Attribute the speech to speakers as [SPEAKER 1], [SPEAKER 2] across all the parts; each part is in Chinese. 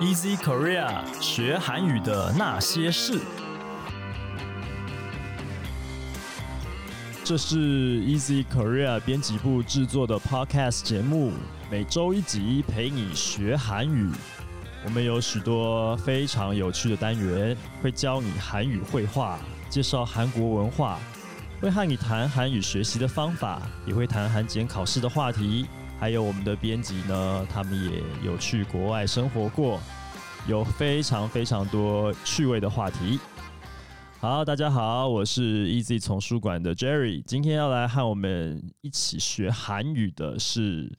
[SPEAKER 1] Easy Korea 学韩语的那些事。这是 Easy Korea 编辑部制作的 Podcast 节目，每周一集陪你学韩语。我们有许多非常有趣的单元，会教你韩语绘画，介绍韩国文化，会和你谈韩语学习的方法，也会谈韩检考试的话题。还有我们的编辑呢，他们也有去国外生活过，有非常非常多趣味的话题。好，大家好，我是 Easy 丛书馆的 Jerry，今天要来和我们一起学韩语的是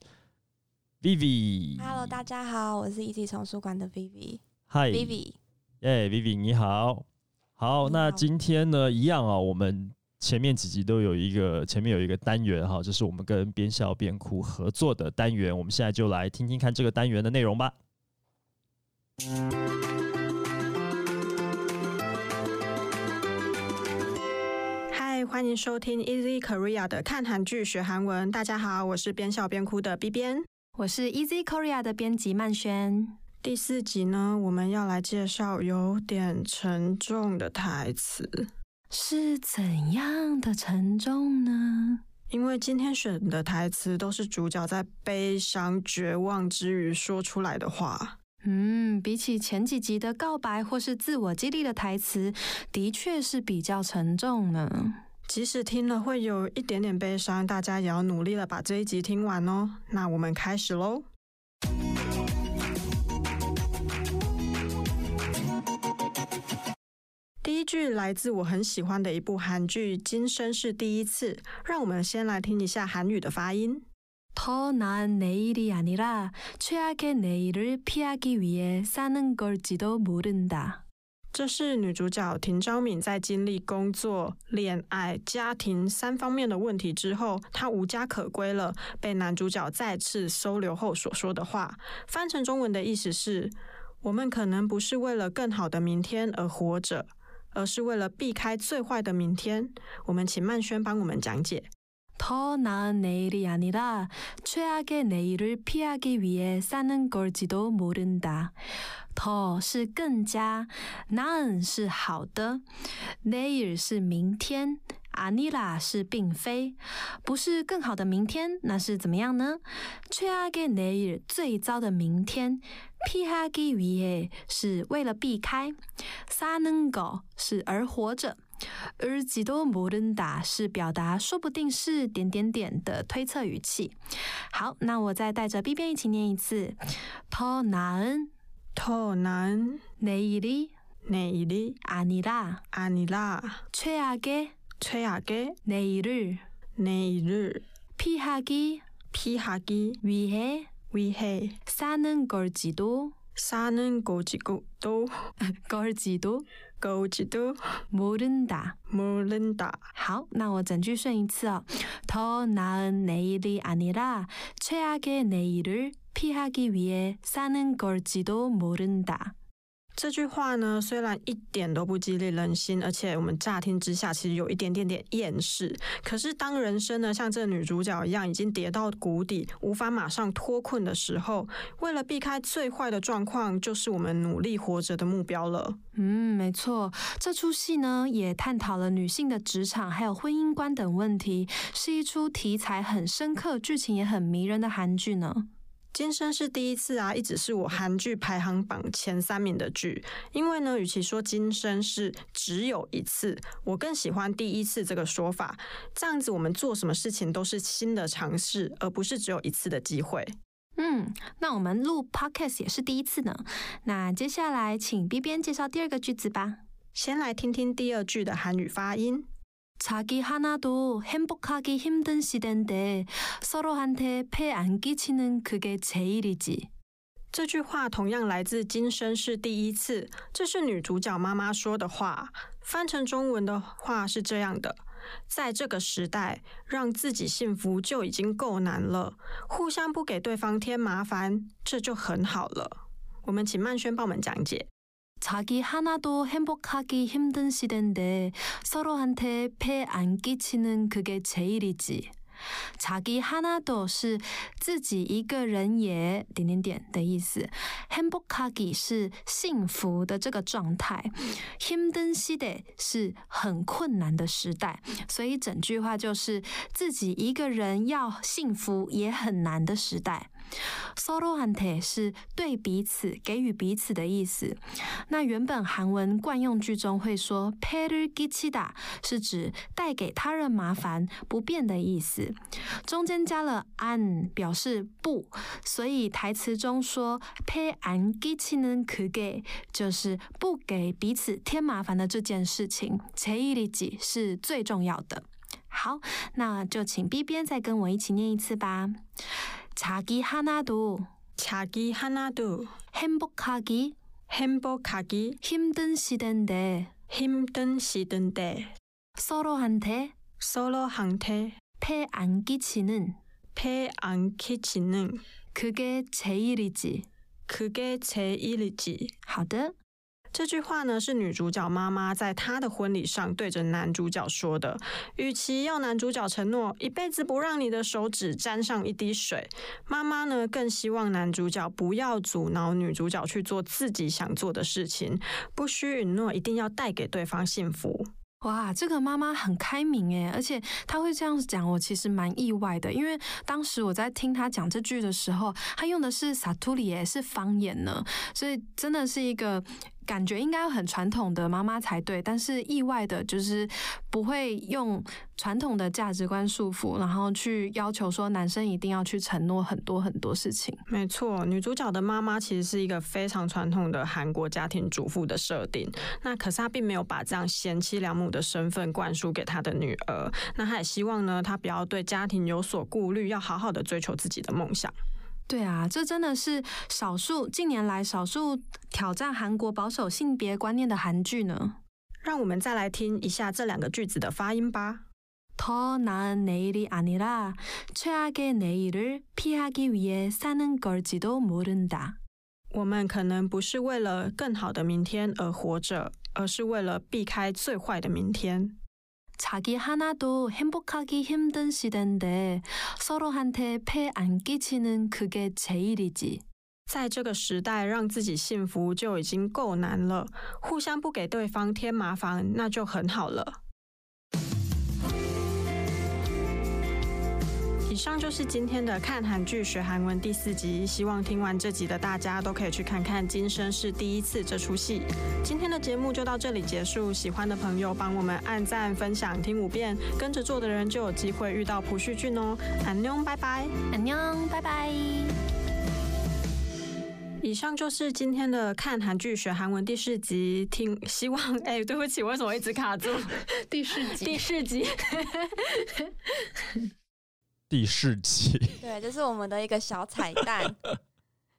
[SPEAKER 1] Vivi。
[SPEAKER 2] Hello，大家好，我是 ET 丛书馆的 Vivi。
[SPEAKER 1] 嗨
[SPEAKER 2] Vivi，
[SPEAKER 1] 耶、v i v i 哎你好，好，
[SPEAKER 2] 你
[SPEAKER 1] 那
[SPEAKER 2] 好
[SPEAKER 1] 今天呢，一样啊、我们前面几集都有一个，前面有一个单元哈、这是我们跟边笑边哭合作的单元，我们现在就来听听看这个单元的内容吧。
[SPEAKER 3] 嗨，欢迎收听 Easy Korea 的看韩剧学韩文。大家好，我是边笑边哭的 B 边。
[SPEAKER 4] 我是 Easy Korea 的编辑曼轩。
[SPEAKER 3] 第四集呢，我们要来介绍有点沉重的台词，
[SPEAKER 4] 是怎样的沉重呢？
[SPEAKER 3] 因为今天选的台词都是主角在悲伤、绝望之余说出来的话。
[SPEAKER 4] 嗯，比起前几集的告白或是自我激励的台词，的确是比较沉重呢。
[SPEAKER 3] 即使听了会有一点点悲伤，大家也要努力的把这一集听完哦。那我们开始喽。第一句来自我很喜欢的一部韩剧《今生是第一次》，让我们先来听一下韩语的发音。
[SPEAKER 4] 더나은내일이아니라최악의내일을피하기위해사는걸지도모른다。
[SPEAKER 3] 这是女主角田昭敏在经历工作、恋爱、家庭三方面的问题之后，她无家可归了，被男主角再次收留后所说的话。翻成中文的意思是：我们可能不是为了更好的明天而活着，而是为了避开最坏的明天。我们请曼轩帮我们讲解。
[SPEAKER 4] 더나은내일이아니라최악의내일을피하기위해사는걸지도모른다。더是更加，나은是好的，내일是明天，아니라是并非，不是更好的明天，那是怎么样呢？최악의내일最糟的明天，피하기위해是为了避开，사는거是而活着。而지도모른다是表达说不定是点点点的推测语气。好，那我再带着 B 边一起念一次。더나은
[SPEAKER 3] 더난
[SPEAKER 4] 내일이
[SPEAKER 3] 내일이
[SPEAKER 4] 아니라
[SPEAKER 3] 아니라
[SPEAKER 4] 최악의
[SPEAKER 3] 최악의
[SPEAKER 4] 내일을
[SPEAKER 3] 내일을
[SPEAKER 4] 피하기
[SPEAKER 3] 피하기
[SPEAKER 4] 위해
[SPEAKER 3] 위해
[SPEAKER 4] 사는걸지도
[SPEAKER 3] 사는거지고도
[SPEAKER 4] 걸지도
[SPEAKER 3] 거지도
[SPEAKER 4] 모른다。
[SPEAKER 3] 모른다
[SPEAKER 4] 好，那我整句顺一次哦。더나은내일이아니라최악의내일을피하기위해사는걸지도모른다。
[SPEAKER 3] 这句话呢，虽然一点都不激励人心，而且我们乍听之下其实有一点点点厌世。可是当人生呢像这女主角一样已经跌到谷底，无法马上脱困的时候，为了避开最坏的状况，就是我们努力活着的目标了。
[SPEAKER 4] 嗯，没错，这出戏呢也探讨了女性的职场还有婚姻观等问题，是一出题材很深刻、剧情也很迷人的韩剧呢。
[SPEAKER 3] 今生是第一次啊，一直是我韩剧排行榜前三名的剧。因为呢，与其说今生是只有一次，我更喜欢第一次这个说法。这样子，我们做什么事情都是新的尝试，而不是只有一次的机会。
[SPEAKER 4] 嗯，那我们录 podcast 也是第一次呢。那接下来请 B 边介绍第二个句子吧。
[SPEAKER 3] 先来听听第二句的韩语发音。
[SPEAKER 4] 자기 하나도 행복하기 힘든 시대인데 서로한테 폐 안 끼치는 그게 제일이지.
[SPEAKER 3] 这句话同样来自《今生是第一次》，这是女主角妈妈说的话。翻成中文的话是这样的：在这个时代，让自己幸福就已经够难了，互相不给对方添麻烦，这就很好了。我们请曼轩帮我们讲解。
[SPEAKER 4] 자기 하나도 행복하기 힘든 시대인데 서로한테 폐 안 끼치는 그게 제일이지. 자기하나도是自己一个人也点点点的意思。행복하기是幸福的这个状态，힘든시대是很困难的时代，所以整句话就是自己一个人要幸福也很难的时代。Soloante 是对彼此给予彼此的意思。那原本韩文惯用句中会说 p e r g i c i d a 是指带给他人麻烦、不便的意思，中间加了 an 表示不，所以台词中说 p e an g i c i 는그게就是不给彼此添麻烦的这件事情，제일이지是最重要的。好，那就请 B 边再跟我一起念一次吧。자기하나도
[SPEAKER 3] 자기 하나도
[SPEAKER 4] 행복하기
[SPEAKER 3] 행복하기
[SPEAKER 4] 힘든 시대인데
[SPEAKER 3] 힘든 시대인데
[SPEAKER 4] 서로한테
[SPEAKER 3] 서로한테
[SPEAKER 4] 폐 안 끼치는
[SPEAKER 3] 폐 안 끼치는
[SPEAKER 4] 그게 제일이지.
[SPEAKER 3] 그게 제일이지.
[SPEAKER 4] 好的，
[SPEAKER 3] 这句话呢是女主角妈妈在她的婚礼上对着男主角说的。与其要男主角承诺一辈子不让你的手指沾上一滴水，妈妈呢更希望男主角不要阻挠女主角去做自己想做的事情，不需允诺一定要带给对方幸福。
[SPEAKER 4] 哇，这个妈妈很开明诶，而且她会这样子讲，我其实蛮意外的，因为当时我在听她讲这句的时候，她用的是萨图里耶，是方言呢，所以真的是一个。感觉应该很传统的妈妈才对，但是意外的就是不会用传统的价值观束缚，然后去要求说男生一定要去承诺很多很多事情。
[SPEAKER 3] 没错，女主角的妈妈其实是一个非常传统的韩国家庭主妇的设定。那可是她并没有把这样贤妻良母的身份灌输给她的女儿。那她也希望呢，她不要对家庭有所顾虑，要好好的追求自己的梦想。
[SPEAKER 4] 对啊，这真的是少数近年来少数挑战韩国保守性别观念的韩剧呢。
[SPEAKER 3] 让我们再来听一下这两个句子的发音吧。
[SPEAKER 4] 더나은내일이아니라최악의내일을피하기위해사는걸지도모른다。
[SPEAKER 3] 我们可能不是为了更好的明天而活着，而是为了避开最坏的明天。
[SPEAKER 4] 자기 하나도 행복하기 힘든 시대인데 서로한테 폐 안 끼치는 그게 제일이지.
[SPEAKER 3] 在这个时代，让自己幸福就已经够难了，互相不给对方添麻烦，那就很好了。以上就是今天的看韩剧学韩文第四集，希望听完这集的大家都可以去看看《今生是第一次》这出戏。今天的节目就到这里结束，喜欢的朋友帮我们按赞、分享、听五遍，跟着做的人就有机会遇到朴叙俊哦。安妞，拜拜。
[SPEAKER 4] 안녕, 바이바이.
[SPEAKER 3] 以上就是今天的看韩剧学韩文第四集，听希望哎、对不起，为什么一直卡住？
[SPEAKER 4] 第四集，
[SPEAKER 3] 第四集，
[SPEAKER 1] 第四集，
[SPEAKER 2] 对，这是我们的一个小彩蛋，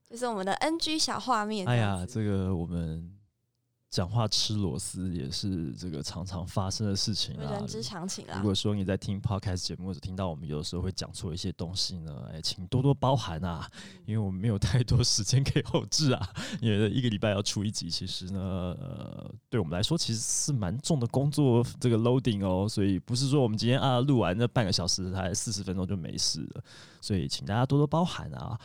[SPEAKER 2] 就是我们的 NG 小画面。
[SPEAKER 1] 哎呀，这个我们讲话吃螺丝也是这个常常发生的事情啊。
[SPEAKER 2] 人之常情啦
[SPEAKER 1] 如。果说你在听 podcast 节目，或者听到我们有的时候会讲错一些东西呢，哎，请多多包涵啊，因为我们没有太多时间可以后置啊， 因为一个礼拜要出一集，其实呢，呃，对我们来说其实是蛮重的工作，这个 loading 哦，所以不是说我们今天啊录完那半个小时还四十分钟就没事了，所以请大家多多包涵啊。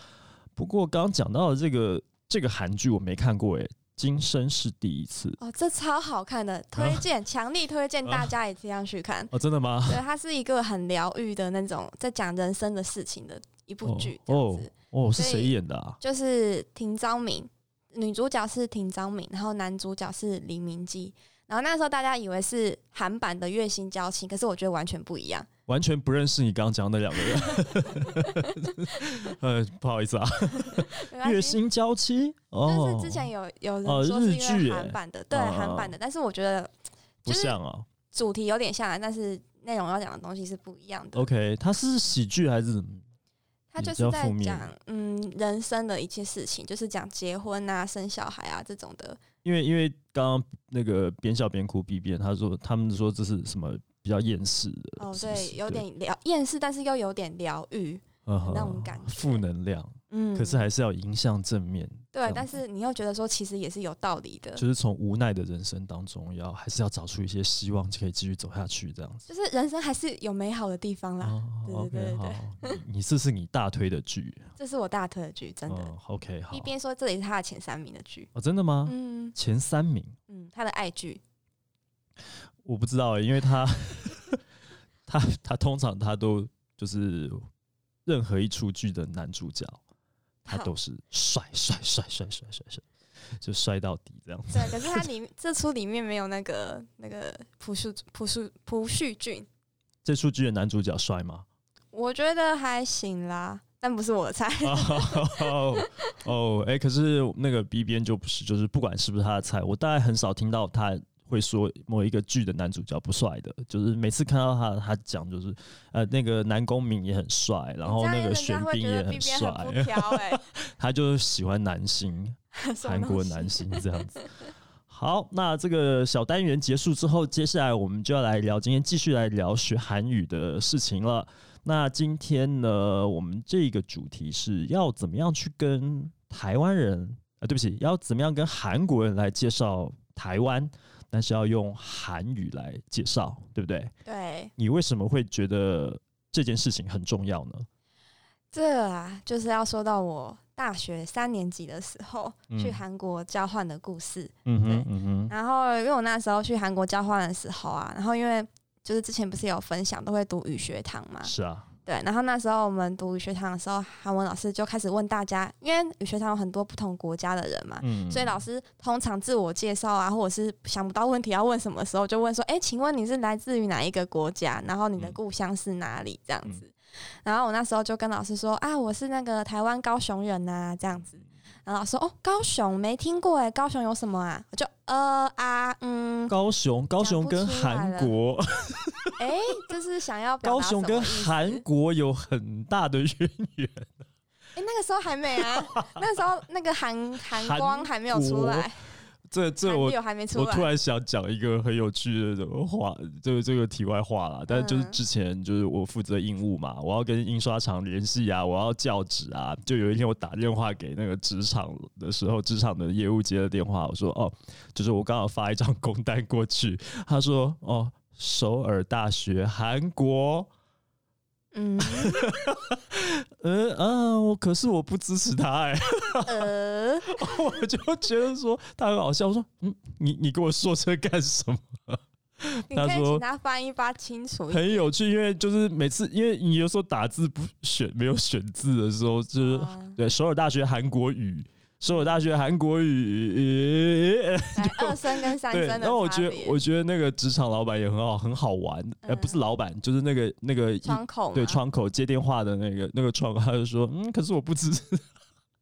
[SPEAKER 1] 不过刚刚讲到的这个这个韩剧我没看过，哎，今生是第一次
[SPEAKER 2] 哦，这超好看的，推荐，强力推
[SPEAKER 1] 啊
[SPEAKER 2] 荐大家也这样去看。
[SPEAKER 1] 哦，真的吗？
[SPEAKER 2] 对，它是一个很疗愈的那种，在讲人生的事情的一部剧，这样
[SPEAKER 1] 哦
[SPEAKER 2] 子。
[SPEAKER 1] 哦，是
[SPEAKER 2] 所以
[SPEAKER 1] 谁演的啊？
[SPEAKER 2] 就是廷昭敏，女主角是廷昭敏，然后男主角是李明基。然后那时候大家以为是韩版的《月薪娇妻》，可是我觉得完全不一样。
[SPEAKER 1] 完全不认识你刚刚讲的那两个 人，呃，不好意思啊，
[SPEAKER 2] 没
[SPEAKER 1] 月
[SPEAKER 2] 关系，
[SPEAKER 1] 薪娇妻
[SPEAKER 2] 就
[SPEAKER 1] 哦
[SPEAKER 2] 是，之前有有人
[SPEAKER 1] 哦
[SPEAKER 2] 说是
[SPEAKER 1] 日
[SPEAKER 2] 因
[SPEAKER 1] 剧
[SPEAKER 2] 为
[SPEAKER 1] 耶
[SPEAKER 2] 韩版的，对
[SPEAKER 1] 哦
[SPEAKER 2] 韩版的，但是我觉得
[SPEAKER 1] 不
[SPEAKER 2] 就是
[SPEAKER 1] 像啊。
[SPEAKER 2] 主题有点像啊来，但是内容要讲的东西是不一样的。
[SPEAKER 1] OK，它是喜剧还是怎么？
[SPEAKER 2] 他
[SPEAKER 1] 嗯
[SPEAKER 2] 就
[SPEAKER 1] 比较
[SPEAKER 2] 是在
[SPEAKER 1] 负面
[SPEAKER 2] 讲嗯人生的一切事情，就是讲结婚啊、生小孩啊这种的。
[SPEAKER 1] 因为因为刚刚那个边笑边哭 B 边，他说他们说这是什么比较厌世的
[SPEAKER 2] 哦，
[SPEAKER 1] 呃是不
[SPEAKER 2] 对
[SPEAKER 1] 是，
[SPEAKER 2] 有点疗厌世，但是又有点疗愈。
[SPEAKER 1] 嗯哼
[SPEAKER 2] 那种感觉
[SPEAKER 1] 负能量。
[SPEAKER 2] 嗯
[SPEAKER 1] 可是还是要迎向正面。这
[SPEAKER 2] 对，
[SPEAKER 1] 样
[SPEAKER 2] 但
[SPEAKER 1] 子
[SPEAKER 2] 是你又觉得说，其实也是有道理的，
[SPEAKER 1] 就是从无奈的人生当中要，还是要找出一些希望，可以继续走下去这样子。
[SPEAKER 2] 就是人生还是有美好的地方啦。
[SPEAKER 1] 哦
[SPEAKER 2] 啊对对
[SPEAKER 1] ，OK，
[SPEAKER 2] 对对
[SPEAKER 1] 好，你你这是你大推的剧，
[SPEAKER 2] 这是我大推的剧，真的。
[SPEAKER 1] 哦，OK，好
[SPEAKER 2] 一，边说这里是他的前三名的剧，
[SPEAKER 1] 哦，真的吗？
[SPEAKER 2] 嗯
[SPEAKER 1] 前三名
[SPEAKER 2] 嗯，他的爱剧，
[SPEAKER 1] 我不知道欸，因为他 他他通常他都就是任何一出剧的男主角，他
[SPEAKER 2] 好
[SPEAKER 1] 都是帅帅帅帅帅帅帅，就帅到底这样子。
[SPEAKER 2] 对，可是他里这出里面没有那个那个朴树朴树朴叙俊，
[SPEAKER 1] 这出剧的男主角帅吗？
[SPEAKER 2] 我觉得还行啦，但不是我的菜。
[SPEAKER 1] 哦哦，哎，可是那个 B 边就不是，就是不管是不是他的菜，我大概很少听到他会说某一个剧的男主角不帅的，就是每次看到他，他讲就是呃那个男公民也很帅，然后那个
[SPEAKER 2] 这
[SPEAKER 1] 玄
[SPEAKER 2] 样人家会
[SPEAKER 1] 彬
[SPEAKER 2] 觉
[SPEAKER 1] 也
[SPEAKER 2] 得 B
[SPEAKER 1] 很
[SPEAKER 2] B
[SPEAKER 1] 帅，
[SPEAKER 2] 很不挑哎、
[SPEAKER 1] 他就是喜欢男星，
[SPEAKER 2] 什么
[SPEAKER 1] 韩国
[SPEAKER 2] 东西
[SPEAKER 1] 男星这样子。好，那这个小单元结束之后，接下来我们就要来聊，今天继续来聊学韩语的事情了。那今天呢，我们这个主题是要怎么样去跟台湾人啊，对不起，要怎么样跟韩国人来介绍台湾，但是要用韩语来介绍，对不对？
[SPEAKER 2] 对，
[SPEAKER 1] 你为什么会觉得这件事情很重要呢？
[SPEAKER 2] 这啊，就是要说到我大学三年级的时候、
[SPEAKER 1] 嗯
[SPEAKER 2] 去韩国交换的故事。
[SPEAKER 1] 嗯
[SPEAKER 2] 对啊
[SPEAKER 1] 哼，嗯哼，
[SPEAKER 2] 然后，因为我那时候去韩国交换的时候啊，然后因为就是之前不是有分享都会读语学堂嘛，
[SPEAKER 1] 是啊，
[SPEAKER 2] 对。然后那时候我们读语学堂的时候，韩文老师就开始问大家，因为语学堂有很多不同国家的人嘛，
[SPEAKER 1] 嗯，
[SPEAKER 2] 所以老师通常自我介绍啊，或者是想不到问题要问什么时候，就问说：“哎、请问你是来自于哪一个国家？然后你的
[SPEAKER 1] 嗯
[SPEAKER 2] 故乡是哪里？”这样子。然后我那时候就跟老师说：“啊，我是那个台湾高雄人呐、这样
[SPEAKER 1] 嗯
[SPEAKER 2] 子。”然后老师说：“哦，高雄没听过哎、高雄有什么啊？”我就呃啊嗯，
[SPEAKER 1] 高雄，高雄跟韩国，
[SPEAKER 2] 哎、就是想要表
[SPEAKER 1] 高
[SPEAKER 2] 达
[SPEAKER 1] 雄
[SPEAKER 2] 什么
[SPEAKER 1] 跟
[SPEAKER 2] 意思
[SPEAKER 1] 韩国有很大的 渊源。
[SPEAKER 2] 哎、那个时候还 没啊，那时候那个韩韩
[SPEAKER 1] 韩
[SPEAKER 2] 光还没有出
[SPEAKER 1] 国
[SPEAKER 2] 来，
[SPEAKER 1] 这
[SPEAKER 2] 韩
[SPEAKER 1] 这我
[SPEAKER 2] 流还没出
[SPEAKER 1] 我
[SPEAKER 2] 来
[SPEAKER 1] 突。然想讲一个很有趣的话，这个这个题外话啦。但就是
[SPEAKER 2] 嗯
[SPEAKER 1] 之前就是我负责印务嘛，我要跟印刷厂联系啊，我要教职啊。就有一天我打电话给那个职场的时候，职场的业务接了电话，我说哦，就是我刚好发一张工单过去， 他说哦，首尔大学韩国。
[SPEAKER 2] 嗯，
[SPEAKER 1] 呃啊，我可是我不支持他哎、
[SPEAKER 2] 呃，
[SPEAKER 1] 我就觉得说他很好笑。我说，嗯，你你跟我说这干什么？
[SPEAKER 2] 你
[SPEAKER 1] 他
[SPEAKER 2] 可以
[SPEAKER 1] 说
[SPEAKER 2] 请他翻译发清楚 一点。
[SPEAKER 1] 很有趣，因为就是每次，因为你有时候打字不选没有选字的时候，就是、
[SPEAKER 2] 啊
[SPEAKER 1] 对首尔大学韩国语，首尔大学韩国 语，呃
[SPEAKER 2] 来二声跟三
[SPEAKER 1] 对。
[SPEAKER 2] 声的差
[SPEAKER 1] 然
[SPEAKER 2] 别。
[SPEAKER 1] 后我觉得我觉得那个职场老板也很好，很好玩。呃，不是
[SPEAKER 2] 嗯
[SPEAKER 1] 老板，就是那个那个
[SPEAKER 2] 窗口嘛啊
[SPEAKER 1] 对，窗口接电话的那个那个窗口，他就说，嗯，可是我不支持。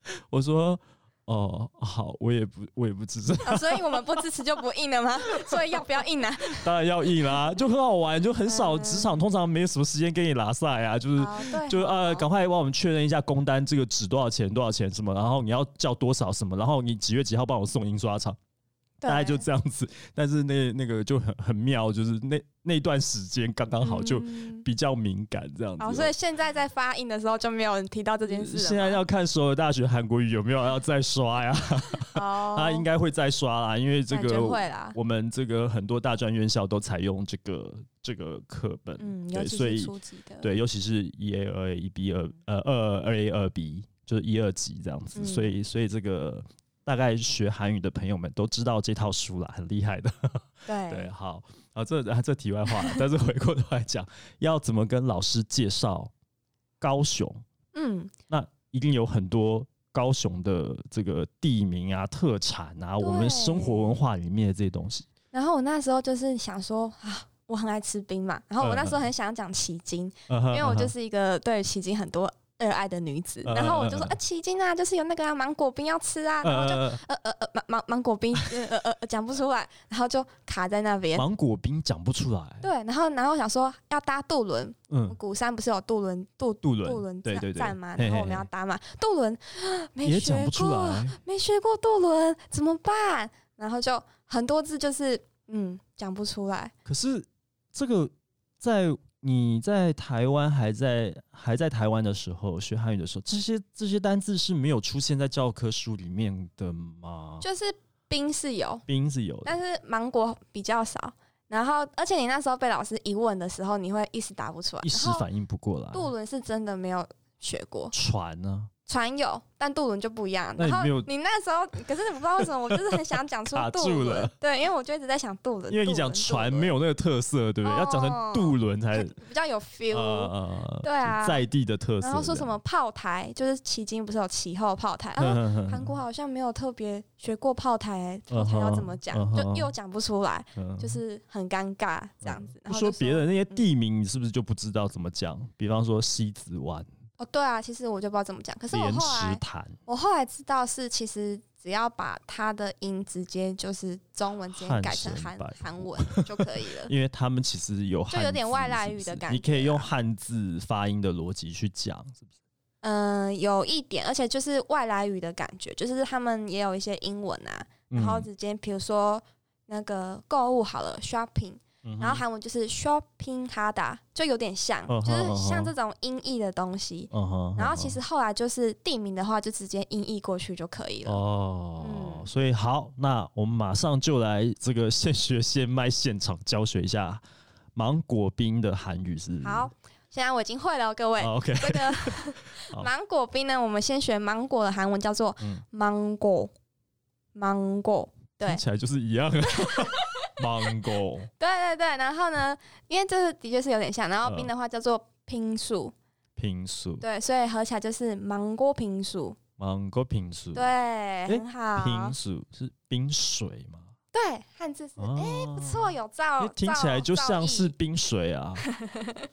[SPEAKER 1] 我说，哦，好，我也不我也不支持，
[SPEAKER 2] 啊所以我们不支持就不印了吗？所以要不要印呢、
[SPEAKER 1] 当然要硬 啦，就很好玩，就很少
[SPEAKER 2] 嗯
[SPEAKER 1] 职场通常没有什么时间跟你拉赛啊，就是。
[SPEAKER 2] 啊？对，
[SPEAKER 1] 就是呃，
[SPEAKER 2] 好
[SPEAKER 1] 赶快帮我们确认一下工单，这个纸多少钱？多少钱？什么？然后你要叫多少什么？然后你几月几号帮我送印刷厂？大概就这样子。但是那 那个就很很妙，就是那那段时间刚刚
[SPEAKER 2] 样
[SPEAKER 1] 好就比较敏感这样子。
[SPEAKER 2] 嗯
[SPEAKER 1] 啊
[SPEAKER 2] 好，哦所以现在在发印的时候就没有人提到这件事了吗。
[SPEAKER 1] 现在要看首尔大学韩国语有没有要再刷呀？ 啊
[SPEAKER 2] 哦，
[SPEAKER 1] 他应该会再刷啦，因为这
[SPEAKER 2] 感觉
[SPEAKER 1] 个
[SPEAKER 2] 会啊啦。
[SPEAKER 1] 我们这个很多大专院校都采用这个这个课本，
[SPEAKER 2] 嗯，尤
[SPEAKER 1] 对，
[SPEAKER 2] 其
[SPEAKER 1] 所
[SPEAKER 2] 是
[SPEAKER 1] 以
[SPEAKER 2] 初级的，
[SPEAKER 1] 对，尤其是一 A 二 A 一 B 二呃二二 A 二 B 就是一二级这样子，
[SPEAKER 2] 嗯
[SPEAKER 1] 所以所以这个大概学韩语的朋友们都知道这套书啦，很厉害的。
[SPEAKER 2] 对
[SPEAKER 1] 对，好啊，这啊这题外话啦，但是回过头来讲，要怎么跟老师介绍高雄？
[SPEAKER 2] 嗯，
[SPEAKER 1] 那一定有很多高雄的这个地名啊、特产啊，我们生活文化里面的这些东西。
[SPEAKER 2] 然后我那时候就是想说啊。我很爱吃冰嘛，然后我那时候
[SPEAKER 1] 嗯
[SPEAKER 2] 很想讲奇经，
[SPEAKER 1] 因
[SPEAKER 2] 因为我就是一个对奇经很多热爱的女子，
[SPEAKER 1] 嗯
[SPEAKER 2] 然后我就
[SPEAKER 1] 嗯
[SPEAKER 2] 说
[SPEAKER 1] 嗯嗯
[SPEAKER 2] 啊奇经啊，就是有那个、啊、芒果冰要吃啊，然后就
[SPEAKER 1] 呃
[SPEAKER 2] 呃呃呃，芒芒芒果冰，呃呃呃呃，讲不出来，然后就卡在那边。
[SPEAKER 1] 芒果冰讲不出来，
[SPEAKER 2] 对，然后然后我想说要搭渡轮，
[SPEAKER 1] 嗯，
[SPEAKER 2] 鼓山不是有渡轮渡
[SPEAKER 1] 渡
[SPEAKER 2] 渡
[SPEAKER 1] 轮，
[SPEAKER 2] 轮
[SPEAKER 1] 对
[SPEAKER 2] 站
[SPEAKER 1] 对对
[SPEAKER 2] 站吗，？
[SPEAKER 1] 嘿
[SPEAKER 2] 然后
[SPEAKER 1] 嘿
[SPEAKER 2] 我们要
[SPEAKER 1] 嘿
[SPEAKER 2] 搭嘛，渡轮没
[SPEAKER 1] 也
[SPEAKER 2] 哎学
[SPEAKER 1] 讲不出
[SPEAKER 2] 过，
[SPEAKER 1] 来，
[SPEAKER 2] 没学过渡轮怎么办？然后就很多字就是嗯讲不出来，
[SPEAKER 1] 可是这个在你在台湾还在还在台湾的时候学汉语的时候，这些这些单字是没有出现在教科书里面的吗？
[SPEAKER 2] 就是冰是有，
[SPEAKER 1] 冰是有的，
[SPEAKER 2] 但是芒果比较少。然后，而且你那时候被老师一问的时候，你会一时答不出来。
[SPEAKER 1] 一时
[SPEAKER 2] 然后
[SPEAKER 1] 反应不过来。
[SPEAKER 2] 渡轮是真的没有学过，
[SPEAKER 1] 船呢、
[SPEAKER 2] 船有，但渡轮就不一样。
[SPEAKER 1] 那你
[SPEAKER 2] 然后
[SPEAKER 1] 没有
[SPEAKER 2] 你那时候，可是我不知道为什么，我就是很想讲 出
[SPEAKER 1] 卡
[SPEAKER 2] 渡
[SPEAKER 1] 住
[SPEAKER 2] 轮
[SPEAKER 1] 了，
[SPEAKER 2] 对，因为我就一直在想渡轮，
[SPEAKER 1] 因为你
[SPEAKER 2] 渡
[SPEAKER 1] 讲
[SPEAKER 2] 轮
[SPEAKER 1] 船没，有那个特色，对不对？要讲
[SPEAKER 2] 哦
[SPEAKER 1] 成渡轮
[SPEAKER 2] 渡
[SPEAKER 1] 才
[SPEAKER 2] 轮比较有 feel。
[SPEAKER 1] 呃
[SPEAKER 2] 对啊
[SPEAKER 1] 在地的特色。
[SPEAKER 2] 然后说什么炮台，就是迄今不是有其后炮台，
[SPEAKER 1] 这样？
[SPEAKER 2] 然后
[SPEAKER 1] 嗯 哼哼
[SPEAKER 2] 韩国好像没有特别学过炮台、炮
[SPEAKER 1] 嗯
[SPEAKER 2] 台
[SPEAKER 1] 哼
[SPEAKER 2] 要怎么讲
[SPEAKER 1] 嗯，
[SPEAKER 2] 就
[SPEAKER 1] 哼
[SPEAKER 2] 又讲不出来，
[SPEAKER 1] 嗯
[SPEAKER 2] 就是很尴尬这样子。然
[SPEAKER 1] 不
[SPEAKER 2] 后
[SPEAKER 1] 说
[SPEAKER 2] 就嗯
[SPEAKER 1] 别的那些地名，你是不是就不知道怎么讲？比方说西子湾、
[SPEAKER 2] 哦，对啊，其实我就不知道怎么讲，可是我
[SPEAKER 1] 莲
[SPEAKER 2] 后
[SPEAKER 1] 池
[SPEAKER 2] 来
[SPEAKER 1] 潭、
[SPEAKER 2] 我后来知道是其实。只要把它的音直接就是中文直接
[SPEAKER 1] 汉
[SPEAKER 2] 改成
[SPEAKER 1] 神
[SPEAKER 2] 韩
[SPEAKER 1] 百
[SPEAKER 2] 韩
[SPEAKER 1] 福
[SPEAKER 2] 文就可以了。
[SPEAKER 1] 因为他们其实有
[SPEAKER 2] 就
[SPEAKER 1] 汉
[SPEAKER 2] 有点
[SPEAKER 1] 字
[SPEAKER 2] 外来
[SPEAKER 1] 是不
[SPEAKER 2] 语的
[SPEAKER 1] 是
[SPEAKER 2] 感
[SPEAKER 1] 你可以
[SPEAKER 2] 觉
[SPEAKER 1] 用
[SPEAKER 2] 啊
[SPEAKER 1] 汉字发音的逻辑去讲，是不是？
[SPEAKER 2] 嗯、有一点，而且就是外来语的感觉，就是他们也有一些英文啊，然后
[SPEAKER 1] 嗯
[SPEAKER 2] 直接比如说那个购物好了，shopping，
[SPEAKER 1] 嗯
[SPEAKER 2] 然后
[SPEAKER 1] 哼
[SPEAKER 2] 韩文就是 shopping hada，就有点像，
[SPEAKER 1] 哦
[SPEAKER 2] 就
[SPEAKER 1] 哦哦
[SPEAKER 2] 是像
[SPEAKER 1] 哦
[SPEAKER 2] 这种音译的东西。
[SPEAKER 1] 嗯哼
[SPEAKER 2] 然后
[SPEAKER 1] 嗯
[SPEAKER 2] 其
[SPEAKER 1] 哼
[SPEAKER 2] 实后来就是地名的话，就直接音译过去就可以了。
[SPEAKER 1] 哦，
[SPEAKER 2] 嗯
[SPEAKER 1] 所以好，那我们马上就来这个现学现卖现场教学一下芒果冰的韩语是不是
[SPEAKER 2] 好，现在我已经会了哦，各位。
[SPEAKER 1] 哦，OK，哦
[SPEAKER 2] 这个
[SPEAKER 1] 好
[SPEAKER 2] 芒果冰呢，我们先学芒果的韩文叫做
[SPEAKER 1] 嗯，
[SPEAKER 2] 芒果，芒果。对
[SPEAKER 1] 听起来就是一样 啊。芒果
[SPEAKER 2] 对对对，然后呢，因为这是的确是有点像，然后
[SPEAKER 1] 嗯
[SPEAKER 2] 冰的话叫做冰薯，
[SPEAKER 1] 平素，
[SPEAKER 2] 对，所以合起来就是芒果冰薯，
[SPEAKER 1] 芒果平素，
[SPEAKER 2] 对，啊很好
[SPEAKER 1] 嗯平，素是冰水嘛？
[SPEAKER 2] 对，汉字是哎
[SPEAKER 1] 哦，
[SPEAKER 2] 不错，有
[SPEAKER 1] 因
[SPEAKER 2] 造
[SPEAKER 1] 为，听起来
[SPEAKER 2] 造
[SPEAKER 1] 就像是
[SPEAKER 2] 造诣
[SPEAKER 1] 冰水啊，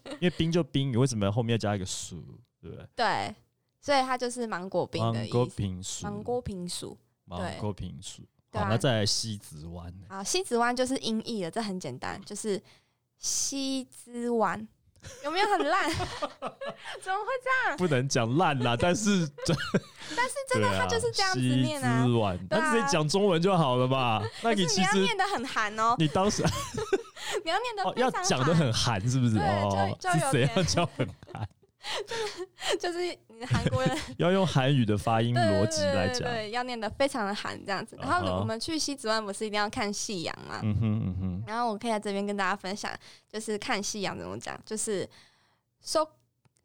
[SPEAKER 1] 因为冰就冰，你为什么后面要加一个薯？对不对？
[SPEAKER 2] 对，所以它就是芒果冰的
[SPEAKER 1] 芒
[SPEAKER 2] 意
[SPEAKER 1] 果
[SPEAKER 2] 思，
[SPEAKER 1] 平薯，
[SPEAKER 2] 芒果冰薯。
[SPEAKER 1] 芒果平薯。
[SPEAKER 2] 对
[SPEAKER 1] 好，
[SPEAKER 2] 啊
[SPEAKER 1] 那再来西子 湾呢，
[SPEAKER 2] 好，西子湾就是音译了，这很简单，就是西之湾，有没有很烂？怎么会这样？
[SPEAKER 1] 不能讲烂 啦，但是
[SPEAKER 2] 但是真的，
[SPEAKER 1] 对啊
[SPEAKER 2] 它就是这样子念啊
[SPEAKER 1] 西。之湾，
[SPEAKER 2] 对啊
[SPEAKER 1] 那直接讲中文就好了吧？那
[SPEAKER 2] 可是
[SPEAKER 1] 你
[SPEAKER 2] 你
[SPEAKER 1] 其
[SPEAKER 2] 要
[SPEAKER 1] 实
[SPEAKER 2] 念的很韩哦，
[SPEAKER 1] 你当 时
[SPEAKER 2] 你要念的
[SPEAKER 1] 哦要讲的很寒，是不是？
[SPEAKER 2] 对
[SPEAKER 1] 哦，
[SPEAKER 2] 就就是有
[SPEAKER 1] 怎
[SPEAKER 2] 点
[SPEAKER 1] 样叫很寒？
[SPEAKER 2] 就是你韩国人
[SPEAKER 1] 要用韩语的发音
[SPEAKER 2] 对对
[SPEAKER 1] 逻
[SPEAKER 2] 对
[SPEAKER 1] 辑来
[SPEAKER 2] 对
[SPEAKER 1] 讲。
[SPEAKER 2] 对，要念的非常的韩这样子。然
[SPEAKER 1] 啊哈
[SPEAKER 2] 后我们去西子湾不是一定要看夕阳嘛？
[SPEAKER 1] 嗯哼嗯哼，
[SPEAKER 2] 然后我可以在这边跟大家分享，就是看夕阳怎么讲，就是속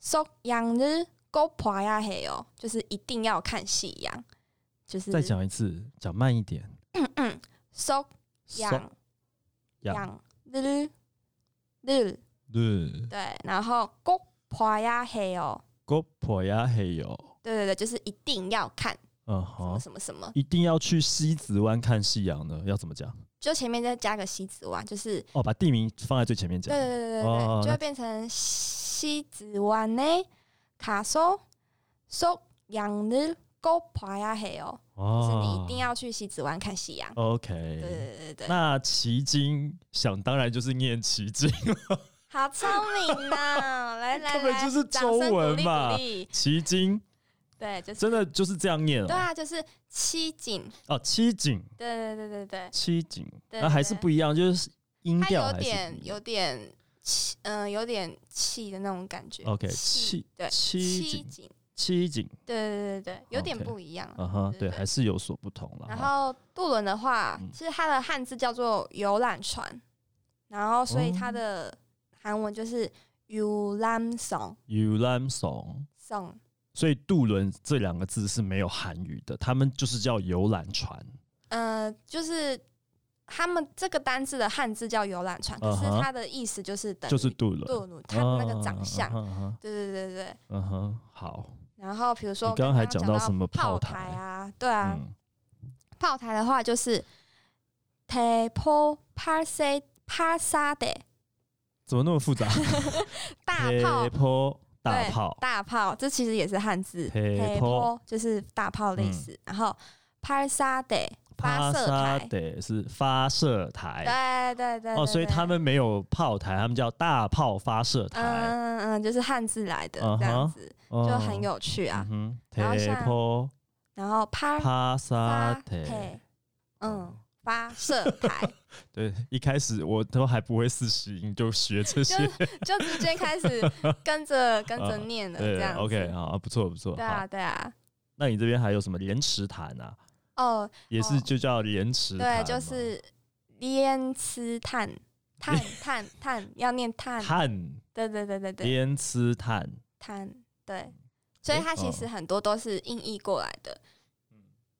[SPEAKER 2] 속양을꼭봐야해요，就是一定要看夕阳，就是
[SPEAKER 1] 再讲一次，讲慢一点。
[SPEAKER 2] 속양
[SPEAKER 1] 养
[SPEAKER 2] 양을늘
[SPEAKER 1] 对，
[SPEAKER 2] 对，然后꼭봐야해요，
[SPEAKER 1] 国婆呀嘿哟，
[SPEAKER 2] 哦对对对，就是一定要看
[SPEAKER 1] 嗯
[SPEAKER 2] 什么
[SPEAKER 1] 好，
[SPEAKER 2] 什么什么，
[SPEAKER 1] 一定要去西子湾看夕阳呢，要怎么讲？
[SPEAKER 2] 就前面再加个西子湾，就是
[SPEAKER 1] 哦，把地名放在最前面
[SPEAKER 2] 对
[SPEAKER 1] 讲。
[SPEAKER 2] 对对对对，
[SPEAKER 1] 哦
[SPEAKER 2] 就
[SPEAKER 1] 那
[SPEAKER 2] 会变成西子湾呢，卡索속양을꼭봐야해요。就是
[SPEAKER 1] 哦，
[SPEAKER 2] 你一定要去西子湾看夕阳。对对
[SPEAKER 1] OK。
[SPEAKER 2] 对对对，
[SPEAKER 1] 那奇经想当然就是念奇经，
[SPEAKER 2] 好聪明呐、来来
[SPEAKER 1] 根本
[SPEAKER 2] 来，
[SPEAKER 1] 就是
[SPEAKER 2] 掌声
[SPEAKER 1] 中文嘛
[SPEAKER 2] 鼓励鼓励
[SPEAKER 1] 奇经
[SPEAKER 2] 对，就是
[SPEAKER 1] 真的就是这样念
[SPEAKER 2] 对
[SPEAKER 1] 哦。
[SPEAKER 2] 啊，就是七景。
[SPEAKER 1] 哦，七景，
[SPEAKER 2] 对对对对对，
[SPEAKER 1] 七景，
[SPEAKER 2] 对
[SPEAKER 1] 那还是不一样，就是音
[SPEAKER 2] 它
[SPEAKER 1] 调
[SPEAKER 2] 有
[SPEAKER 1] 还是不
[SPEAKER 2] 点
[SPEAKER 1] 一样
[SPEAKER 2] 有点气，嗯、有点气的那种感觉。
[SPEAKER 1] OK，
[SPEAKER 2] 气
[SPEAKER 1] 气
[SPEAKER 2] 对
[SPEAKER 1] 七
[SPEAKER 2] 七
[SPEAKER 1] 景
[SPEAKER 2] 景，
[SPEAKER 1] 七景，
[SPEAKER 2] 对对对对，有点
[SPEAKER 1] OK
[SPEAKER 2] 不一样。
[SPEAKER 1] 嗯哼，
[SPEAKER 2] 对
[SPEAKER 1] 对，
[SPEAKER 2] 对
[SPEAKER 1] 还是有所不同了。
[SPEAKER 2] 然后渡轮的话
[SPEAKER 1] 嗯，
[SPEAKER 2] 其实它的汉字叫做游览船，然后所以
[SPEAKER 1] 哦
[SPEAKER 2] 它的韩文就是游览船。
[SPEAKER 1] 游览船。
[SPEAKER 2] 送
[SPEAKER 1] 所以渡轮这两个字是没有韩语的，他们就是叫游览船。
[SPEAKER 2] 呃，就是他们这个单字的汉字叫游览船，可是
[SPEAKER 1] 嗯哼
[SPEAKER 2] 它的意思就是等于
[SPEAKER 1] 就是渡轮
[SPEAKER 2] 杜鲁，它的那个长相。
[SPEAKER 1] 嗯哼
[SPEAKER 2] 对对对对。
[SPEAKER 1] 嗯哼，好，
[SPEAKER 2] 然后比如说
[SPEAKER 1] 你
[SPEAKER 2] 我
[SPEAKER 1] 刚
[SPEAKER 2] 们
[SPEAKER 1] 刚还
[SPEAKER 2] 刚
[SPEAKER 1] 讲
[SPEAKER 2] 到
[SPEAKER 1] 到什么炮
[SPEAKER 2] 炮
[SPEAKER 1] 台
[SPEAKER 2] 啊？对啊，
[SPEAKER 1] 嗯，
[SPEAKER 2] 炮台的话就是대포팔세팔사대
[SPEAKER 1] 怎么那么复杂？
[SPEAKER 2] 大炮。
[SPEAKER 1] 炮，大
[SPEAKER 2] 对
[SPEAKER 1] 炮，
[SPEAKER 2] 大炮，这其实也是汉字，
[SPEAKER 1] 대포
[SPEAKER 2] 대포就是大炮
[SPEAKER 1] 嗯
[SPEAKER 2] 的意思。然后팔사대发射
[SPEAKER 1] 发
[SPEAKER 2] 台，
[SPEAKER 1] 得是发射台。
[SPEAKER 2] 对对对
[SPEAKER 1] 哦，所以
[SPEAKER 2] 对对
[SPEAKER 1] 他们没有炮台，他们叫大炮发射台，
[SPEAKER 2] 嗯嗯嗯，就是汉字来的
[SPEAKER 1] 嗯哼
[SPEAKER 2] 这样子，
[SPEAKER 1] 就
[SPEAKER 2] 就很有趣啊。
[SPEAKER 1] 嗯哼，
[SPEAKER 2] 然后
[SPEAKER 1] 铁
[SPEAKER 2] 像
[SPEAKER 1] 炮
[SPEAKER 2] 然后啪
[SPEAKER 1] 发射
[SPEAKER 2] 发
[SPEAKER 1] 台，
[SPEAKER 2] 嗯，发射台，
[SPEAKER 1] 对，一开始我都还不会四十音，就学这些
[SPEAKER 2] 就。就直接开始跟着跟着念了，这
[SPEAKER 1] 啊对
[SPEAKER 2] 样子。
[SPEAKER 1] ，OK，好，不错不错。
[SPEAKER 2] 对啊，
[SPEAKER 1] 好，
[SPEAKER 2] 对啊。
[SPEAKER 1] 那你这边还有什么莲池潭啊？
[SPEAKER 2] 哦，
[SPEAKER 1] 也是
[SPEAKER 2] 哦
[SPEAKER 1] 就叫莲池潭
[SPEAKER 2] 对，
[SPEAKER 1] 吗，
[SPEAKER 2] 就是连 吃碳碳碳碳，要念碳。
[SPEAKER 1] 碳
[SPEAKER 2] 对对对对对，
[SPEAKER 1] 莲池潭。
[SPEAKER 2] 碳对。所以
[SPEAKER 1] 诶
[SPEAKER 2] 它其
[SPEAKER 1] 哦
[SPEAKER 2] 实很多都是音译过来的。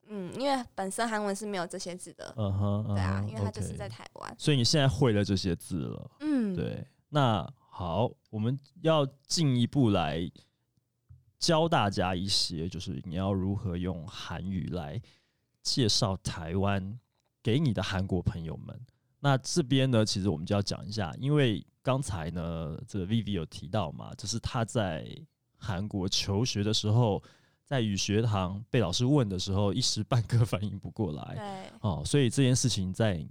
[SPEAKER 2] 嗯，因为本身韩文是没有这些字的。
[SPEAKER 1] 嗯哼，
[SPEAKER 2] 对啊
[SPEAKER 1] 嗯，哼
[SPEAKER 2] 因为它就是
[SPEAKER 1] ，OK
[SPEAKER 2] 在台湾。
[SPEAKER 1] 所以你现在会了这些字了。
[SPEAKER 2] 嗯，
[SPEAKER 1] 对，那好，我们要进一步来教大家一些，就是你要如何用韩语来介绍台湾给你的韩国朋友们。那这边呢，其实我们就要讲一下，因为刚才呢，这
[SPEAKER 2] 嗯
[SPEAKER 1] 个 Vivi 有提到嘛，就是他在韩国求学的时候，在语学堂被老师问的时候，一时半刻反应不过来。
[SPEAKER 2] 对，
[SPEAKER 1] 哦，所以这件事情在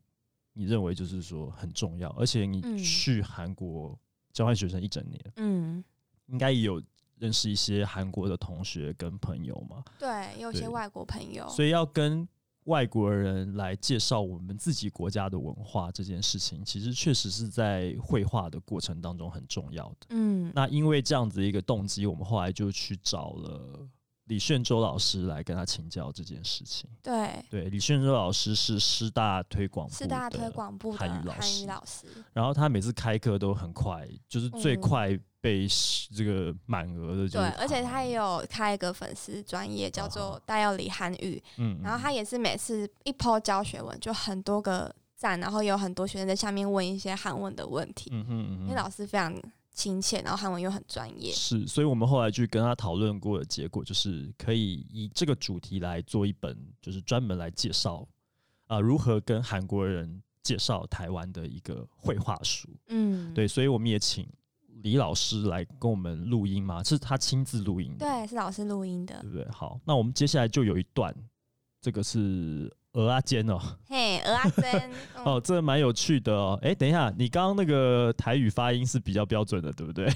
[SPEAKER 1] 你认为就是说很重要，而且
[SPEAKER 2] 嗯
[SPEAKER 1] 你去韩国交换学生一整年，
[SPEAKER 2] 嗯，
[SPEAKER 1] 应该也有认识一些韩国的同学跟朋友嘛，
[SPEAKER 2] 对，有
[SPEAKER 1] 对
[SPEAKER 2] 些外国朋友。
[SPEAKER 1] 所以要跟外国人来介绍我们自己国家的文化这件事情，其实确实是在绘画的过程当中很重要的。
[SPEAKER 2] 嗯，
[SPEAKER 1] 那因为这样子一个动机，我们后来就去找了李炫周老师来跟他请教这件事情。
[SPEAKER 2] 对，
[SPEAKER 1] 对，李炫周老师是师大推广
[SPEAKER 2] 师大
[SPEAKER 1] 部的
[SPEAKER 2] 推广部的
[SPEAKER 1] 韩
[SPEAKER 2] 韩
[SPEAKER 1] 语老师
[SPEAKER 2] 语老师。
[SPEAKER 1] 然后他每次开课都很快，就是最
[SPEAKER 2] 嗯
[SPEAKER 1] 快被这个满额的，就
[SPEAKER 2] 对
[SPEAKER 1] 是，
[SPEAKER 2] 而且他也有开一个粉丝专业，叫
[SPEAKER 1] 哦
[SPEAKER 2] 做“大要理韩语”，
[SPEAKER 1] 嗯，嗯
[SPEAKER 2] 然后他也是每次一抛教学文，就很多个赞，然后有很多学生在下面问一些韩文的问题，
[SPEAKER 1] 嗯哼嗯
[SPEAKER 2] 因为
[SPEAKER 1] 哼
[SPEAKER 2] 老师非常亲切，然后韩文又很专业。
[SPEAKER 1] 是，所以我们后来去跟他讨论过的结果，就是可以以这个主题来做一本，就是专门来介绍啊、如何跟韩国人介绍台湾的一个绘画书。
[SPEAKER 2] 嗯，
[SPEAKER 1] 对，所以我们也请李老师来跟我们录音嘛，是他亲自录音的，
[SPEAKER 2] 对，是老师录音的
[SPEAKER 1] 对。不对？好，那我们接下来就有一段，这个是鹅阿坚哦。
[SPEAKER 2] 嘿，鹅 阿珍，
[SPEAKER 1] 哦，
[SPEAKER 2] 嗯
[SPEAKER 1] 这蛮有趣的哦。哎，等一下，你刚刚那个台语发音是比较标准的，对不 对？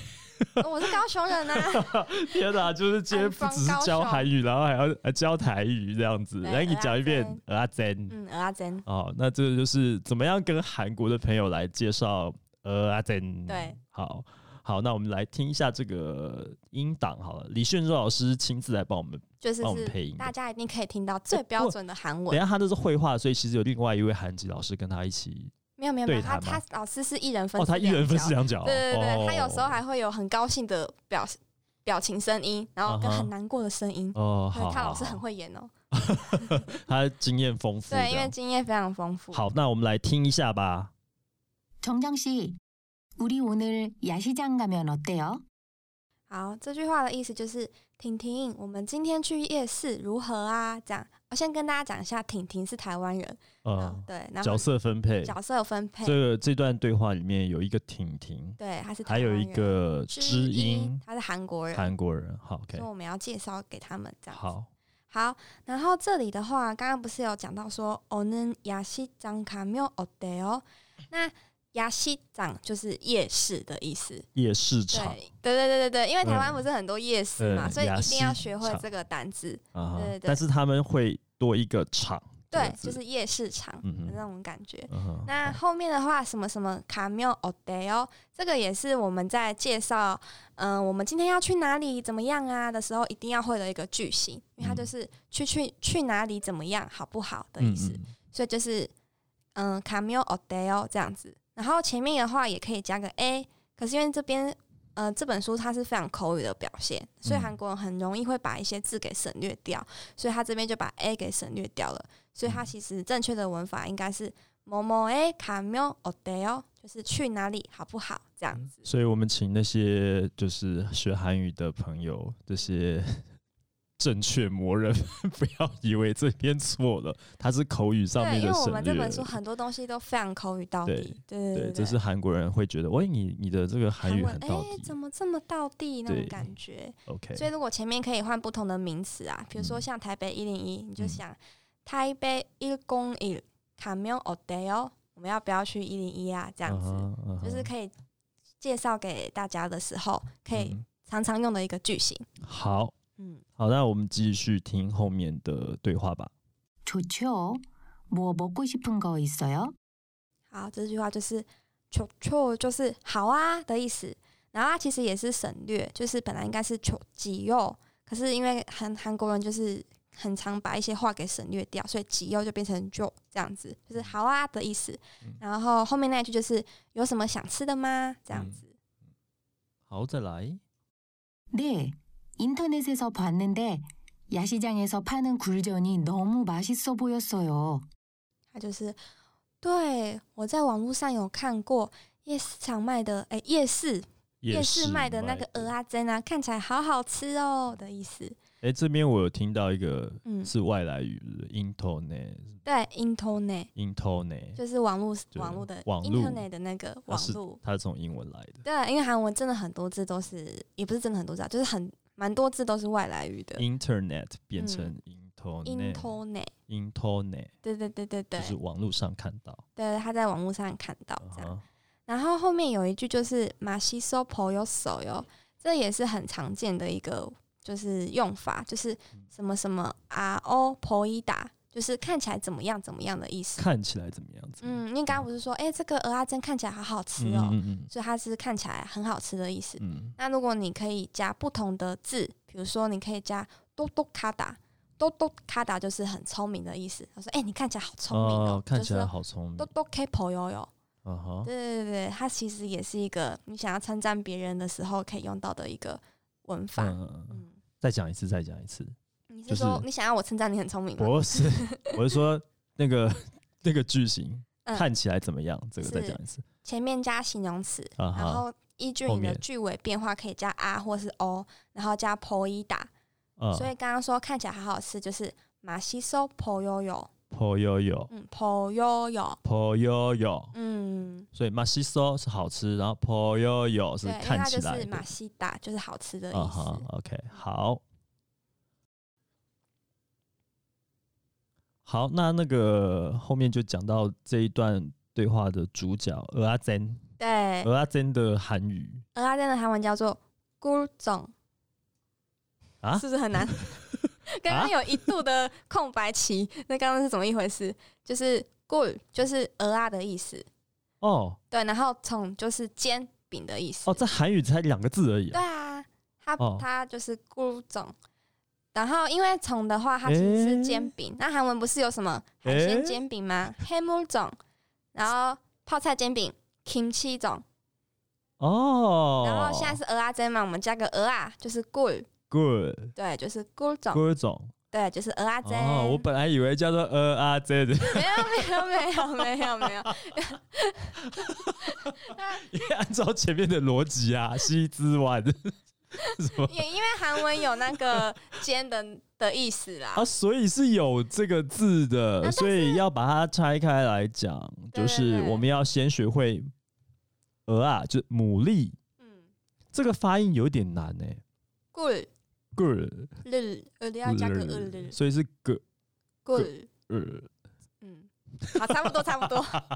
[SPEAKER 2] 哦我是高雄人啊。
[SPEAKER 1] 天哪，就是今天不只是教韩语，然后还要还教台语这样子。
[SPEAKER 2] 对
[SPEAKER 1] 来，你讲一遍
[SPEAKER 2] 蚵
[SPEAKER 1] 阿珍。
[SPEAKER 2] 嗯，鹅阿珍，
[SPEAKER 1] 哦，那这个就是怎么样跟韩国的朋友来介绍呃阿珍。
[SPEAKER 2] 对，
[SPEAKER 1] 好好，那我们来听一下这个音档好了。李炫洲老师亲自来帮我们。
[SPEAKER 2] 就是
[SPEAKER 1] 帮我们配音
[SPEAKER 2] 是
[SPEAKER 1] 的
[SPEAKER 2] 大家一定可以听到最
[SPEAKER 1] 不
[SPEAKER 2] 标
[SPEAKER 1] 过
[SPEAKER 2] 准的韩
[SPEAKER 1] 等一
[SPEAKER 2] 文。
[SPEAKER 1] 下，他这是绘画，所以其实有另外一位韩籍老师跟他一起。
[SPEAKER 2] 没有没有没
[SPEAKER 1] 对
[SPEAKER 2] 有，他
[SPEAKER 1] 谈吗
[SPEAKER 2] 他老师是一人分
[SPEAKER 1] 哦，他
[SPEAKER 2] 饰
[SPEAKER 1] 一人
[SPEAKER 2] 两
[SPEAKER 1] 分
[SPEAKER 2] 角
[SPEAKER 1] 饰两角哦。
[SPEAKER 2] 对对对，他有时候
[SPEAKER 1] 哦
[SPEAKER 2] 还会有很高兴的表表情声音，然后跟
[SPEAKER 1] 啊哈
[SPEAKER 2] 很难过的声音。
[SPEAKER 1] 哦，
[SPEAKER 2] 对
[SPEAKER 1] 好，
[SPEAKER 2] 他
[SPEAKER 1] 好
[SPEAKER 2] 老师
[SPEAKER 1] 好
[SPEAKER 2] 很会演哦，
[SPEAKER 1] 他经验丰富这样。
[SPEAKER 2] 对，因为经验非常丰富。
[SPEAKER 1] 好，那我们来听一下吧。
[SPEAKER 5] 정정 씨, 우리 오늘 야시장 가면 어때요?
[SPEAKER 2] 好，这句话的意思就是婷婷，我们今天去夜市如何啊？这样，我先跟大家讲一下，婷婷是台湾人，
[SPEAKER 1] 呃
[SPEAKER 2] 嗯，，对，然后
[SPEAKER 1] 角色分配，
[SPEAKER 2] 角色有分配，
[SPEAKER 1] 这个这段对话里面有一个婷婷，
[SPEAKER 2] 对，他是台
[SPEAKER 1] 还有
[SPEAKER 2] 湾
[SPEAKER 1] 一
[SPEAKER 2] 人
[SPEAKER 1] 个知音
[SPEAKER 2] 音，他是韩国人，
[SPEAKER 1] 韩国人。好，OK，
[SPEAKER 2] 所以我们要介绍给他们这样子。
[SPEAKER 1] 好，
[SPEAKER 2] 好，然后这里的话，刚刚不是有讲到说，哦오는야시장가면어때요？那야시장就是夜市的意思。
[SPEAKER 1] 夜市
[SPEAKER 2] 对
[SPEAKER 1] 场
[SPEAKER 2] 对对对对对，因为台湾
[SPEAKER 1] 嗯
[SPEAKER 2] 不是很多夜市嘛，
[SPEAKER 1] 嗯
[SPEAKER 2] 所以一定要
[SPEAKER 1] 야시
[SPEAKER 2] 学会
[SPEAKER 1] 장
[SPEAKER 2] 这个单字。
[SPEAKER 1] 啊哈
[SPEAKER 2] 对对，对
[SPEAKER 1] 但是他们会多一个场，这
[SPEAKER 2] 对
[SPEAKER 1] 个，字
[SPEAKER 2] 就是夜市场
[SPEAKER 1] 嗯哼
[SPEAKER 2] 的那种感觉。
[SPEAKER 1] 嗯哼
[SPEAKER 2] 那后面的话，什么什么卡缪哦得哦，这个也是我们在介绍，嗯、我们今天要去哪里怎么样啊的时候，一定要会的一个句型，因为它
[SPEAKER 1] 嗯
[SPEAKER 2] 就是去去去哪里怎么样好不好的意思。
[SPEAKER 1] 嗯嗯
[SPEAKER 2] 所以就是嗯卡缪哦得哦这样子。然后前面的话也可以加个 a，可是因为这边呃这本书它是非常口语的表现，所以
[SPEAKER 1] 嗯
[SPEAKER 2] 韩国人很容易会把一些字给省略掉，所以他这边就把 a 给省略掉了。所以它
[SPEAKER 1] 嗯
[SPEAKER 2] 其实正确的文法应该是某某 a卡缪哦得哦，就是去哪里好不好这样子。
[SPEAKER 1] 所以我们请那些就是学韩语的朋友，这些 正确魔人， 不要以为这边错了，它是口语上
[SPEAKER 2] 对，
[SPEAKER 1] 面
[SPEAKER 2] 因
[SPEAKER 1] 的
[SPEAKER 2] 为我
[SPEAKER 1] 省
[SPEAKER 2] 们这
[SPEAKER 1] 略
[SPEAKER 2] 本
[SPEAKER 1] 了
[SPEAKER 2] 书很多东西都非常口语到
[SPEAKER 1] 对
[SPEAKER 2] 底，对对对
[SPEAKER 1] 对，
[SPEAKER 2] 对，
[SPEAKER 1] 这是韩国人会觉得，喂，你你的这个韩语
[SPEAKER 2] 文
[SPEAKER 1] 很，到
[SPEAKER 2] 诶
[SPEAKER 1] 底、
[SPEAKER 2] 怎么这么到地那
[SPEAKER 1] 对
[SPEAKER 2] 种感觉？
[SPEAKER 1] o k
[SPEAKER 2] 所以如果前面可以换不同的名词啊，比如说
[SPEAKER 1] 嗯
[SPEAKER 2] 像台北一零一，你就
[SPEAKER 1] 嗯
[SPEAKER 2] 想台北一公一卡缪어때요？我们要不要去一零一啊？
[SPEAKER 1] 这
[SPEAKER 2] 这样子，就是
[SPEAKER 1] 以
[SPEAKER 2] 可以介绍给大家的时候，可以
[SPEAKER 1] 嗯
[SPEAKER 2] 常常用的一个句型。
[SPEAKER 1] 好
[SPEAKER 2] 嗯，
[SPEAKER 1] 好，那我们继续听后面的对话吧。
[SPEAKER 5] 좋죠. 뭐 먹고 싶은 거 있어요?
[SPEAKER 2] 好，这句话就是“求求”就是“好啊”的意思。然后它其实也是省略，就是本来应该是“求几肉”，可是因为韩韩国人就是很常把一些话给省略掉，所以“几肉”就变成“就”这样子，就是“好啊”的意思。然后后面那一句就是“有什么想吃的吗？”这样子。
[SPEAKER 1] 好，再来。
[SPEAKER 5] 네, 인터넷에서 봤는데 야시장에서 파는 굴전이 너무 맛있어 보였어요.
[SPEAKER 2] 它就是对我在网络上有看过夜市场卖的，哎、夜市夜市卖的那个鹅
[SPEAKER 1] 哎、
[SPEAKER 2] 啊煎啊，看起来好好吃哦的意思。
[SPEAKER 1] 诶哎这边我有听到一个
[SPEAKER 2] 嗯，
[SPEAKER 1] 是外来语是不是，internet，internet，
[SPEAKER 2] 对，internet 就是网络网络的
[SPEAKER 1] 网络
[SPEAKER 2] internet 的那个
[SPEAKER 1] 它
[SPEAKER 2] 网
[SPEAKER 1] 是
[SPEAKER 2] 络。
[SPEAKER 1] 它是从英文来的。
[SPEAKER 2] 对，因为韩文真的很多字都是，也不是真的很多字啊，就是很蛮多字都是外来语的。
[SPEAKER 1] Internet 变
[SPEAKER 2] 嗯
[SPEAKER 1] 成 internet，internet、
[SPEAKER 2] internet，对对对对对
[SPEAKER 1] 就是，网络上看到。
[SPEAKER 2] 对，他在网络上看到
[SPEAKER 1] 啊
[SPEAKER 2] 这样。
[SPEAKER 1] 哈，
[SPEAKER 2] 然后后面有一句就是马西索朋友手哟，这也是很常见的一个就是用法，就是
[SPEAKER 1] 嗯
[SPEAKER 2] 什么什么啊哦婆伊达，就是看起来怎么样怎么样的意思。
[SPEAKER 1] 看起来怎么样？怎么样
[SPEAKER 2] 嗯，因为刚刚不是说，哎、这个鹅阿珍看起来好好吃哦、
[SPEAKER 1] 嗯嗯
[SPEAKER 2] 所以它是看起来很好吃的意思。
[SPEAKER 1] 嗯
[SPEAKER 2] 那如果你可以加不同的字，比如说你可以加多多卡达，多多卡达就是很聪明的意思。他说，哎、你看起来好
[SPEAKER 1] 嗯，
[SPEAKER 2] 聪明哦、
[SPEAKER 1] 哦，看
[SPEAKER 2] 就
[SPEAKER 1] 起
[SPEAKER 2] 是
[SPEAKER 1] 来
[SPEAKER 2] 说
[SPEAKER 1] 好聪明
[SPEAKER 2] 多。多 K 朋友哟。
[SPEAKER 1] 啊哈，
[SPEAKER 2] 对对对对，它其实也是一个你想要称赞别人的时候可以用到的一个文法。
[SPEAKER 1] 嗯嗯嗯，
[SPEAKER 2] 嗯，
[SPEAKER 1] 再讲一次，再讲一次。
[SPEAKER 2] 你
[SPEAKER 1] 就是
[SPEAKER 2] 是说你想要我称赞你很聪明吗？
[SPEAKER 1] 不是，我是说那个那个句型
[SPEAKER 2] 嗯
[SPEAKER 1] 看起来怎么样？这个再
[SPEAKER 2] 是
[SPEAKER 1] 讲一次。
[SPEAKER 2] 前面加形容词，
[SPEAKER 1] 啊
[SPEAKER 2] 然
[SPEAKER 1] 哈，
[SPEAKER 2] 后依据
[SPEAKER 1] 后
[SPEAKER 2] 你的
[SPEAKER 1] 面
[SPEAKER 2] 句尾变化可以加啊或是哦，然后加 po 伊达。
[SPEAKER 1] 嗯，
[SPEAKER 2] 所以刚刚说看起来好好吃，就是马西收 po 悠悠，
[SPEAKER 1] 朋友有
[SPEAKER 2] 嗯，po 悠悠，
[SPEAKER 1] 朋友有，
[SPEAKER 2] 嗯，
[SPEAKER 1] 所以马西索是好吃，然后朋友有是
[SPEAKER 2] 对，因为
[SPEAKER 1] 看
[SPEAKER 2] 它
[SPEAKER 1] 起
[SPEAKER 2] 就
[SPEAKER 1] 来
[SPEAKER 2] 是
[SPEAKER 1] 的
[SPEAKER 2] 马西达，就是好吃的意
[SPEAKER 1] 啊
[SPEAKER 2] 思。
[SPEAKER 1] 哈，OK，好，好，那那个后面就讲到这一段对话的主角俄阿珍，
[SPEAKER 2] 对，
[SPEAKER 1] 俄阿珍的韩语
[SPEAKER 2] 而它真的韩文叫做꿀정，
[SPEAKER 1] 啊
[SPEAKER 2] 是不是很 难？刚刚有一度的空白期，那刚刚是怎么一回事？就是꿀就是鹅啊的意思，
[SPEAKER 1] 哦
[SPEAKER 2] 对，然后从就是煎饼的意思。
[SPEAKER 1] 哦，在韩语才两个字而已
[SPEAKER 2] 对
[SPEAKER 1] 啊、
[SPEAKER 2] 啊，它
[SPEAKER 1] 哦
[SPEAKER 2] 它就是꿀정。然后因为虫的话，它其实
[SPEAKER 1] 诶
[SPEAKER 2] 是煎饼。那韩文不是有什么海鲜
[SPEAKER 1] 诶
[SPEAKER 2] 煎饼吗？黑木种，然后泡菜煎饼 kimchi 种，
[SPEAKER 1] 哦，
[SPEAKER 2] 然后现在是鹅啊煎嘛，我们加个鹅啊，就是꿀。
[SPEAKER 1] good
[SPEAKER 2] 对，就是菇种，
[SPEAKER 1] 各种
[SPEAKER 2] 对，就是鹅阿珍。
[SPEAKER 1] 哦，我本来以为叫做俄阿珍 的，
[SPEAKER 2] 没有没有没有没有没有，
[SPEAKER 1] 因为按照前面的逻辑啊，西之丸 什么
[SPEAKER 2] 也因为韩文有那个尖的的意思啦
[SPEAKER 1] 啊，。所以是有这个字的，
[SPEAKER 2] 啊但是
[SPEAKER 1] 所以要把它拆开来讲，
[SPEAKER 2] 对
[SPEAKER 1] 就是
[SPEAKER 2] 对对
[SPEAKER 1] 我们要先学会鹅啊，就是牡蛎，
[SPEAKER 2] 嗯，
[SPEAKER 1] 这个发音有点难哎、
[SPEAKER 2] 菇日
[SPEAKER 1] 个儿
[SPEAKER 2] 呃要加个呃日
[SPEAKER 1] 所以是个
[SPEAKER 2] 菇，
[SPEAKER 1] 呃，
[SPEAKER 2] 嗯，好，差不多差不多，
[SPEAKER 1] 好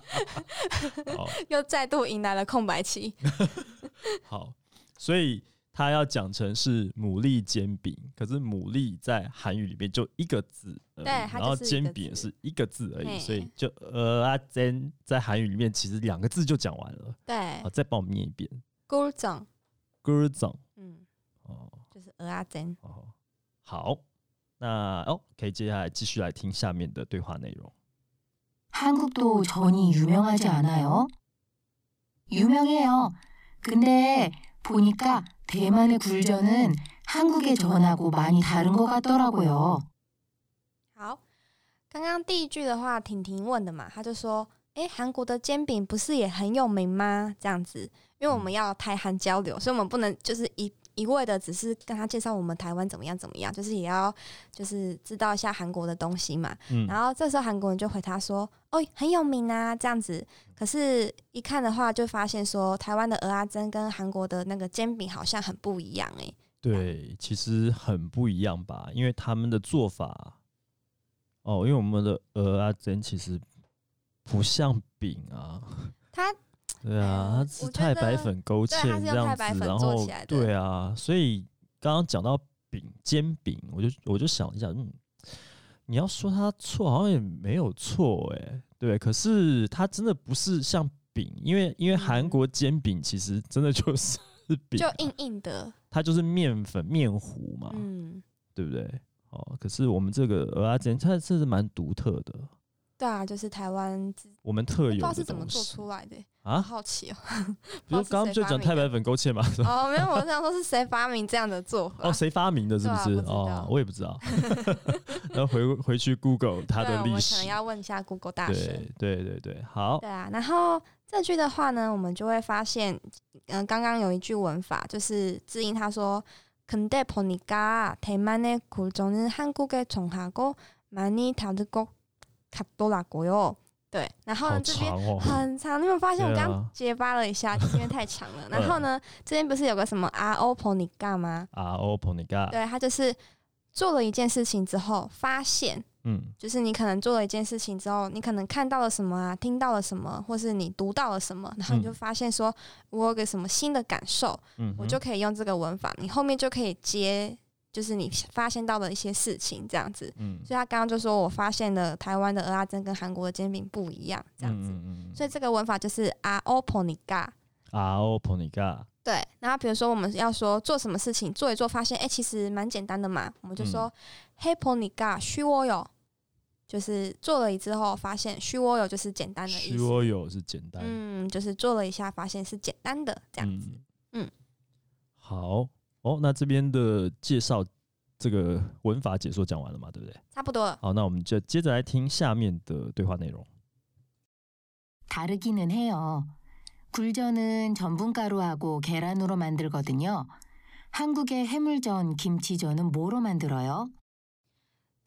[SPEAKER 2] 又再度迎来了空白期。
[SPEAKER 1] 好，所以它要讲成是牡蛎煎饼，可是牡蛎在韩语里面就一个字而已，
[SPEAKER 2] 对它
[SPEAKER 1] 然
[SPEAKER 2] 就
[SPEAKER 1] 后
[SPEAKER 2] 是一
[SPEAKER 1] 煎
[SPEAKER 2] 个
[SPEAKER 1] 饼也
[SPEAKER 2] 字
[SPEAKER 1] 是一个字而已，
[SPEAKER 2] 嘿
[SPEAKER 1] 所以就呃啊煎在韩语里面其实两个字就讲完了，
[SPEAKER 2] 对
[SPEAKER 1] 好，，再帮我们念一遍，
[SPEAKER 2] 菇种，
[SPEAKER 1] 歌长
[SPEAKER 2] 嗯，
[SPEAKER 1] 哦。
[SPEAKER 2] 就是鹅阿珍。
[SPEAKER 1] 哦，好，那哦，可以接下来继续来听下面的对话内容。
[SPEAKER 5] 한국도 전이 유명하지 않아요? 유명해요. 근데 보니까 대만의 굴전은 한국의 전하고 많이 다른 것 같더라고요.
[SPEAKER 2] 好，刚刚第一句的话，婷婷问的嘛，她就说：“诶，韩国的煎饼不是也很有名吗？”这样子，因为我们要台韩交流，所以我们不能就是一一味的只是跟他介绍我们台湾怎么样怎么样，就是也要就是知道一下韩国的东西嘛。
[SPEAKER 1] 嗯，
[SPEAKER 2] 然后这时候韩国人就回他说：“哦，很有名啊，这样子。”可是，一看的话就发现说，台湾的鹅阿珍跟韩国的那个煎饼好像很不一样欸诶、
[SPEAKER 1] 对，其实很不一样吧，因为他们的做法，哦，因为我们的鹅啊煎其实不像饼啊，
[SPEAKER 2] 它
[SPEAKER 1] 对啊，它
[SPEAKER 2] 嗯
[SPEAKER 1] 是
[SPEAKER 2] 我觉
[SPEAKER 1] 太白
[SPEAKER 2] 得
[SPEAKER 1] 粉勾
[SPEAKER 2] 对
[SPEAKER 1] 芡
[SPEAKER 2] 它是
[SPEAKER 1] 这
[SPEAKER 2] 用
[SPEAKER 1] 样
[SPEAKER 2] 太白
[SPEAKER 1] 子，
[SPEAKER 2] 粉
[SPEAKER 1] 然
[SPEAKER 2] 做
[SPEAKER 1] 后
[SPEAKER 2] 起来的
[SPEAKER 1] 对啊，所以刚刚讲到饼煎饼，我就我就想一下，嗯，你要说它错，好像也没有错，哎，对。可是它真的不是像饼，因为因为韩国煎饼其实真的就是 饼
[SPEAKER 2] 嗯就
[SPEAKER 1] 啊，
[SPEAKER 2] 硬硬的，
[SPEAKER 1] 它就是面粉面糊嘛，
[SPEAKER 2] 嗯，
[SPEAKER 1] 对不对？哦，可是我们这个鹅啊煎，它真是蛮独特的，
[SPEAKER 2] 对啊，就是台湾自
[SPEAKER 1] 我们特
[SPEAKER 2] 不
[SPEAKER 1] 有
[SPEAKER 2] 知道
[SPEAKER 1] 的
[SPEAKER 2] 是怎么
[SPEAKER 1] 东
[SPEAKER 2] 做
[SPEAKER 1] 西
[SPEAKER 2] 出来的欸，好
[SPEAKER 1] 啊？
[SPEAKER 2] 好奇哦。
[SPEAKER 1] 比如
[SPEAKER 2] 道是
[SPEAKER 1] 刚刚
[SPEAKER 2] 谁
[SPEAKER 1] 就
[SPEAKER 2] 发
[SPEAKER 1] 讲
[SPEAKER 2] 明
[SPEAKER 1] 太白
[SPEAKER 2] 的
[SPEAKER 1] 粉勾芡嘛， 是吧？
[SPEAKER 2] 哦，没有，我想说是谁发明这样的做法？
[SPEAKER 1] 哦，谁发明的？是不
[SPEAKER 2] 对啊
[SPEAKER 1] 是？
[SPEAKER 2] 不知
[SPEAKER 1] 哦
[SPEAKER 2] 道，
[SPEAKER 1] 我也不知道。 那回回去 Google 它
[SPEAKER 2] 对啊
[SPEAKER 1] 的
[SPEAKER 2] 我们
[SPEAKER 1] 历
[SPEAKER 2] 可
[SPEAKER 1] 史
[SPEAKER 2] 能。要问一下 Google 大神。
[SPEAKER 1] 对对对对，好，
[SPEAKER 2] 对啊，然后这句的话呢，我们就会发现，嗯、刚刚有一句文法就是字音，他说근데보니까대만의굴종은한국에정하고많이다르고같더라고요。对，然后
[SPEAKER 1] 好
[SPEAKER 2] 呢这边
[SPEAKER 1] 长哦。
[SPEAKER 2] 很长，你有没有发现我
[SPEAKER 1] 对啊
[SPEAKER 2] 刚刚结巴了一下，就是因为太长 了。然后呢，这边不是有个什么 R O p o n i g a 吗？
[SPEAKER 1] 啊哦 p o n i g a
[SPEAKER 2] 对，它就是做了一件事情之后，发现
[SPEAKER 1] 嗯
[SPEAKER 2] 就是你可能做了一件事情之后，你可能看到了什么啊，听到了什么，或是你读到了什么，然后你就
[SPEAKER 1] 嗯
[SPEAKER 2] 发现说，我有个什么新的感受，
[SPEAKER 1] 嗯哼，
[SPEAKER 2] 我就可以用这个文法，你后面就可以接，就是你发现到的一些事情这样子。
[SPEAKER 1] 嗯
[SPEAKER 2] 所以他刚刚就说我发现了台湾的鹅阿珍跟韩国的煎饼不一样，这样子。
[SPEAKER 1] 嗯嗯
[SPEAKER 2] 所以这个文法就是 a o p o n i g a
[SPEAKER 1] 啊哦 p o n i g a
[SPEAKER 2] 对，然后比如说我们要说做什么事情，做一做发现，哎、其实蛮简单的嘛，我们就说
[SPEAKER 1] 嗯
[SPEAKER 2] “hey p o n i ga 虚我有”，就是做了一之后发现虚我有就是简单的意
[SPEAKER 1] 虚
[SPEAKER 2] 思，
[SPEAKER 1] 我哦有是简单，
[SPEAKER 2] 嗯，就是做了一下发现是简单的这样子。
[SPEAKER 1] 嗯
[SPEAKER 2] 嗯，
[SPEAKER 1] 好哦，那这边的介绍这个文法解说讲完了嘛，对不对？
[SPEAKER 2] 差不多了。
[SPEAKER 1] 好，那我们就接着来听下面的对话内容。
[SPEAKER 5] 다르기는 해요. 굴전은 전분가루하고 계란으로 만들거든요. 한국의 해물전, 김치전은 뭐로 만들어요?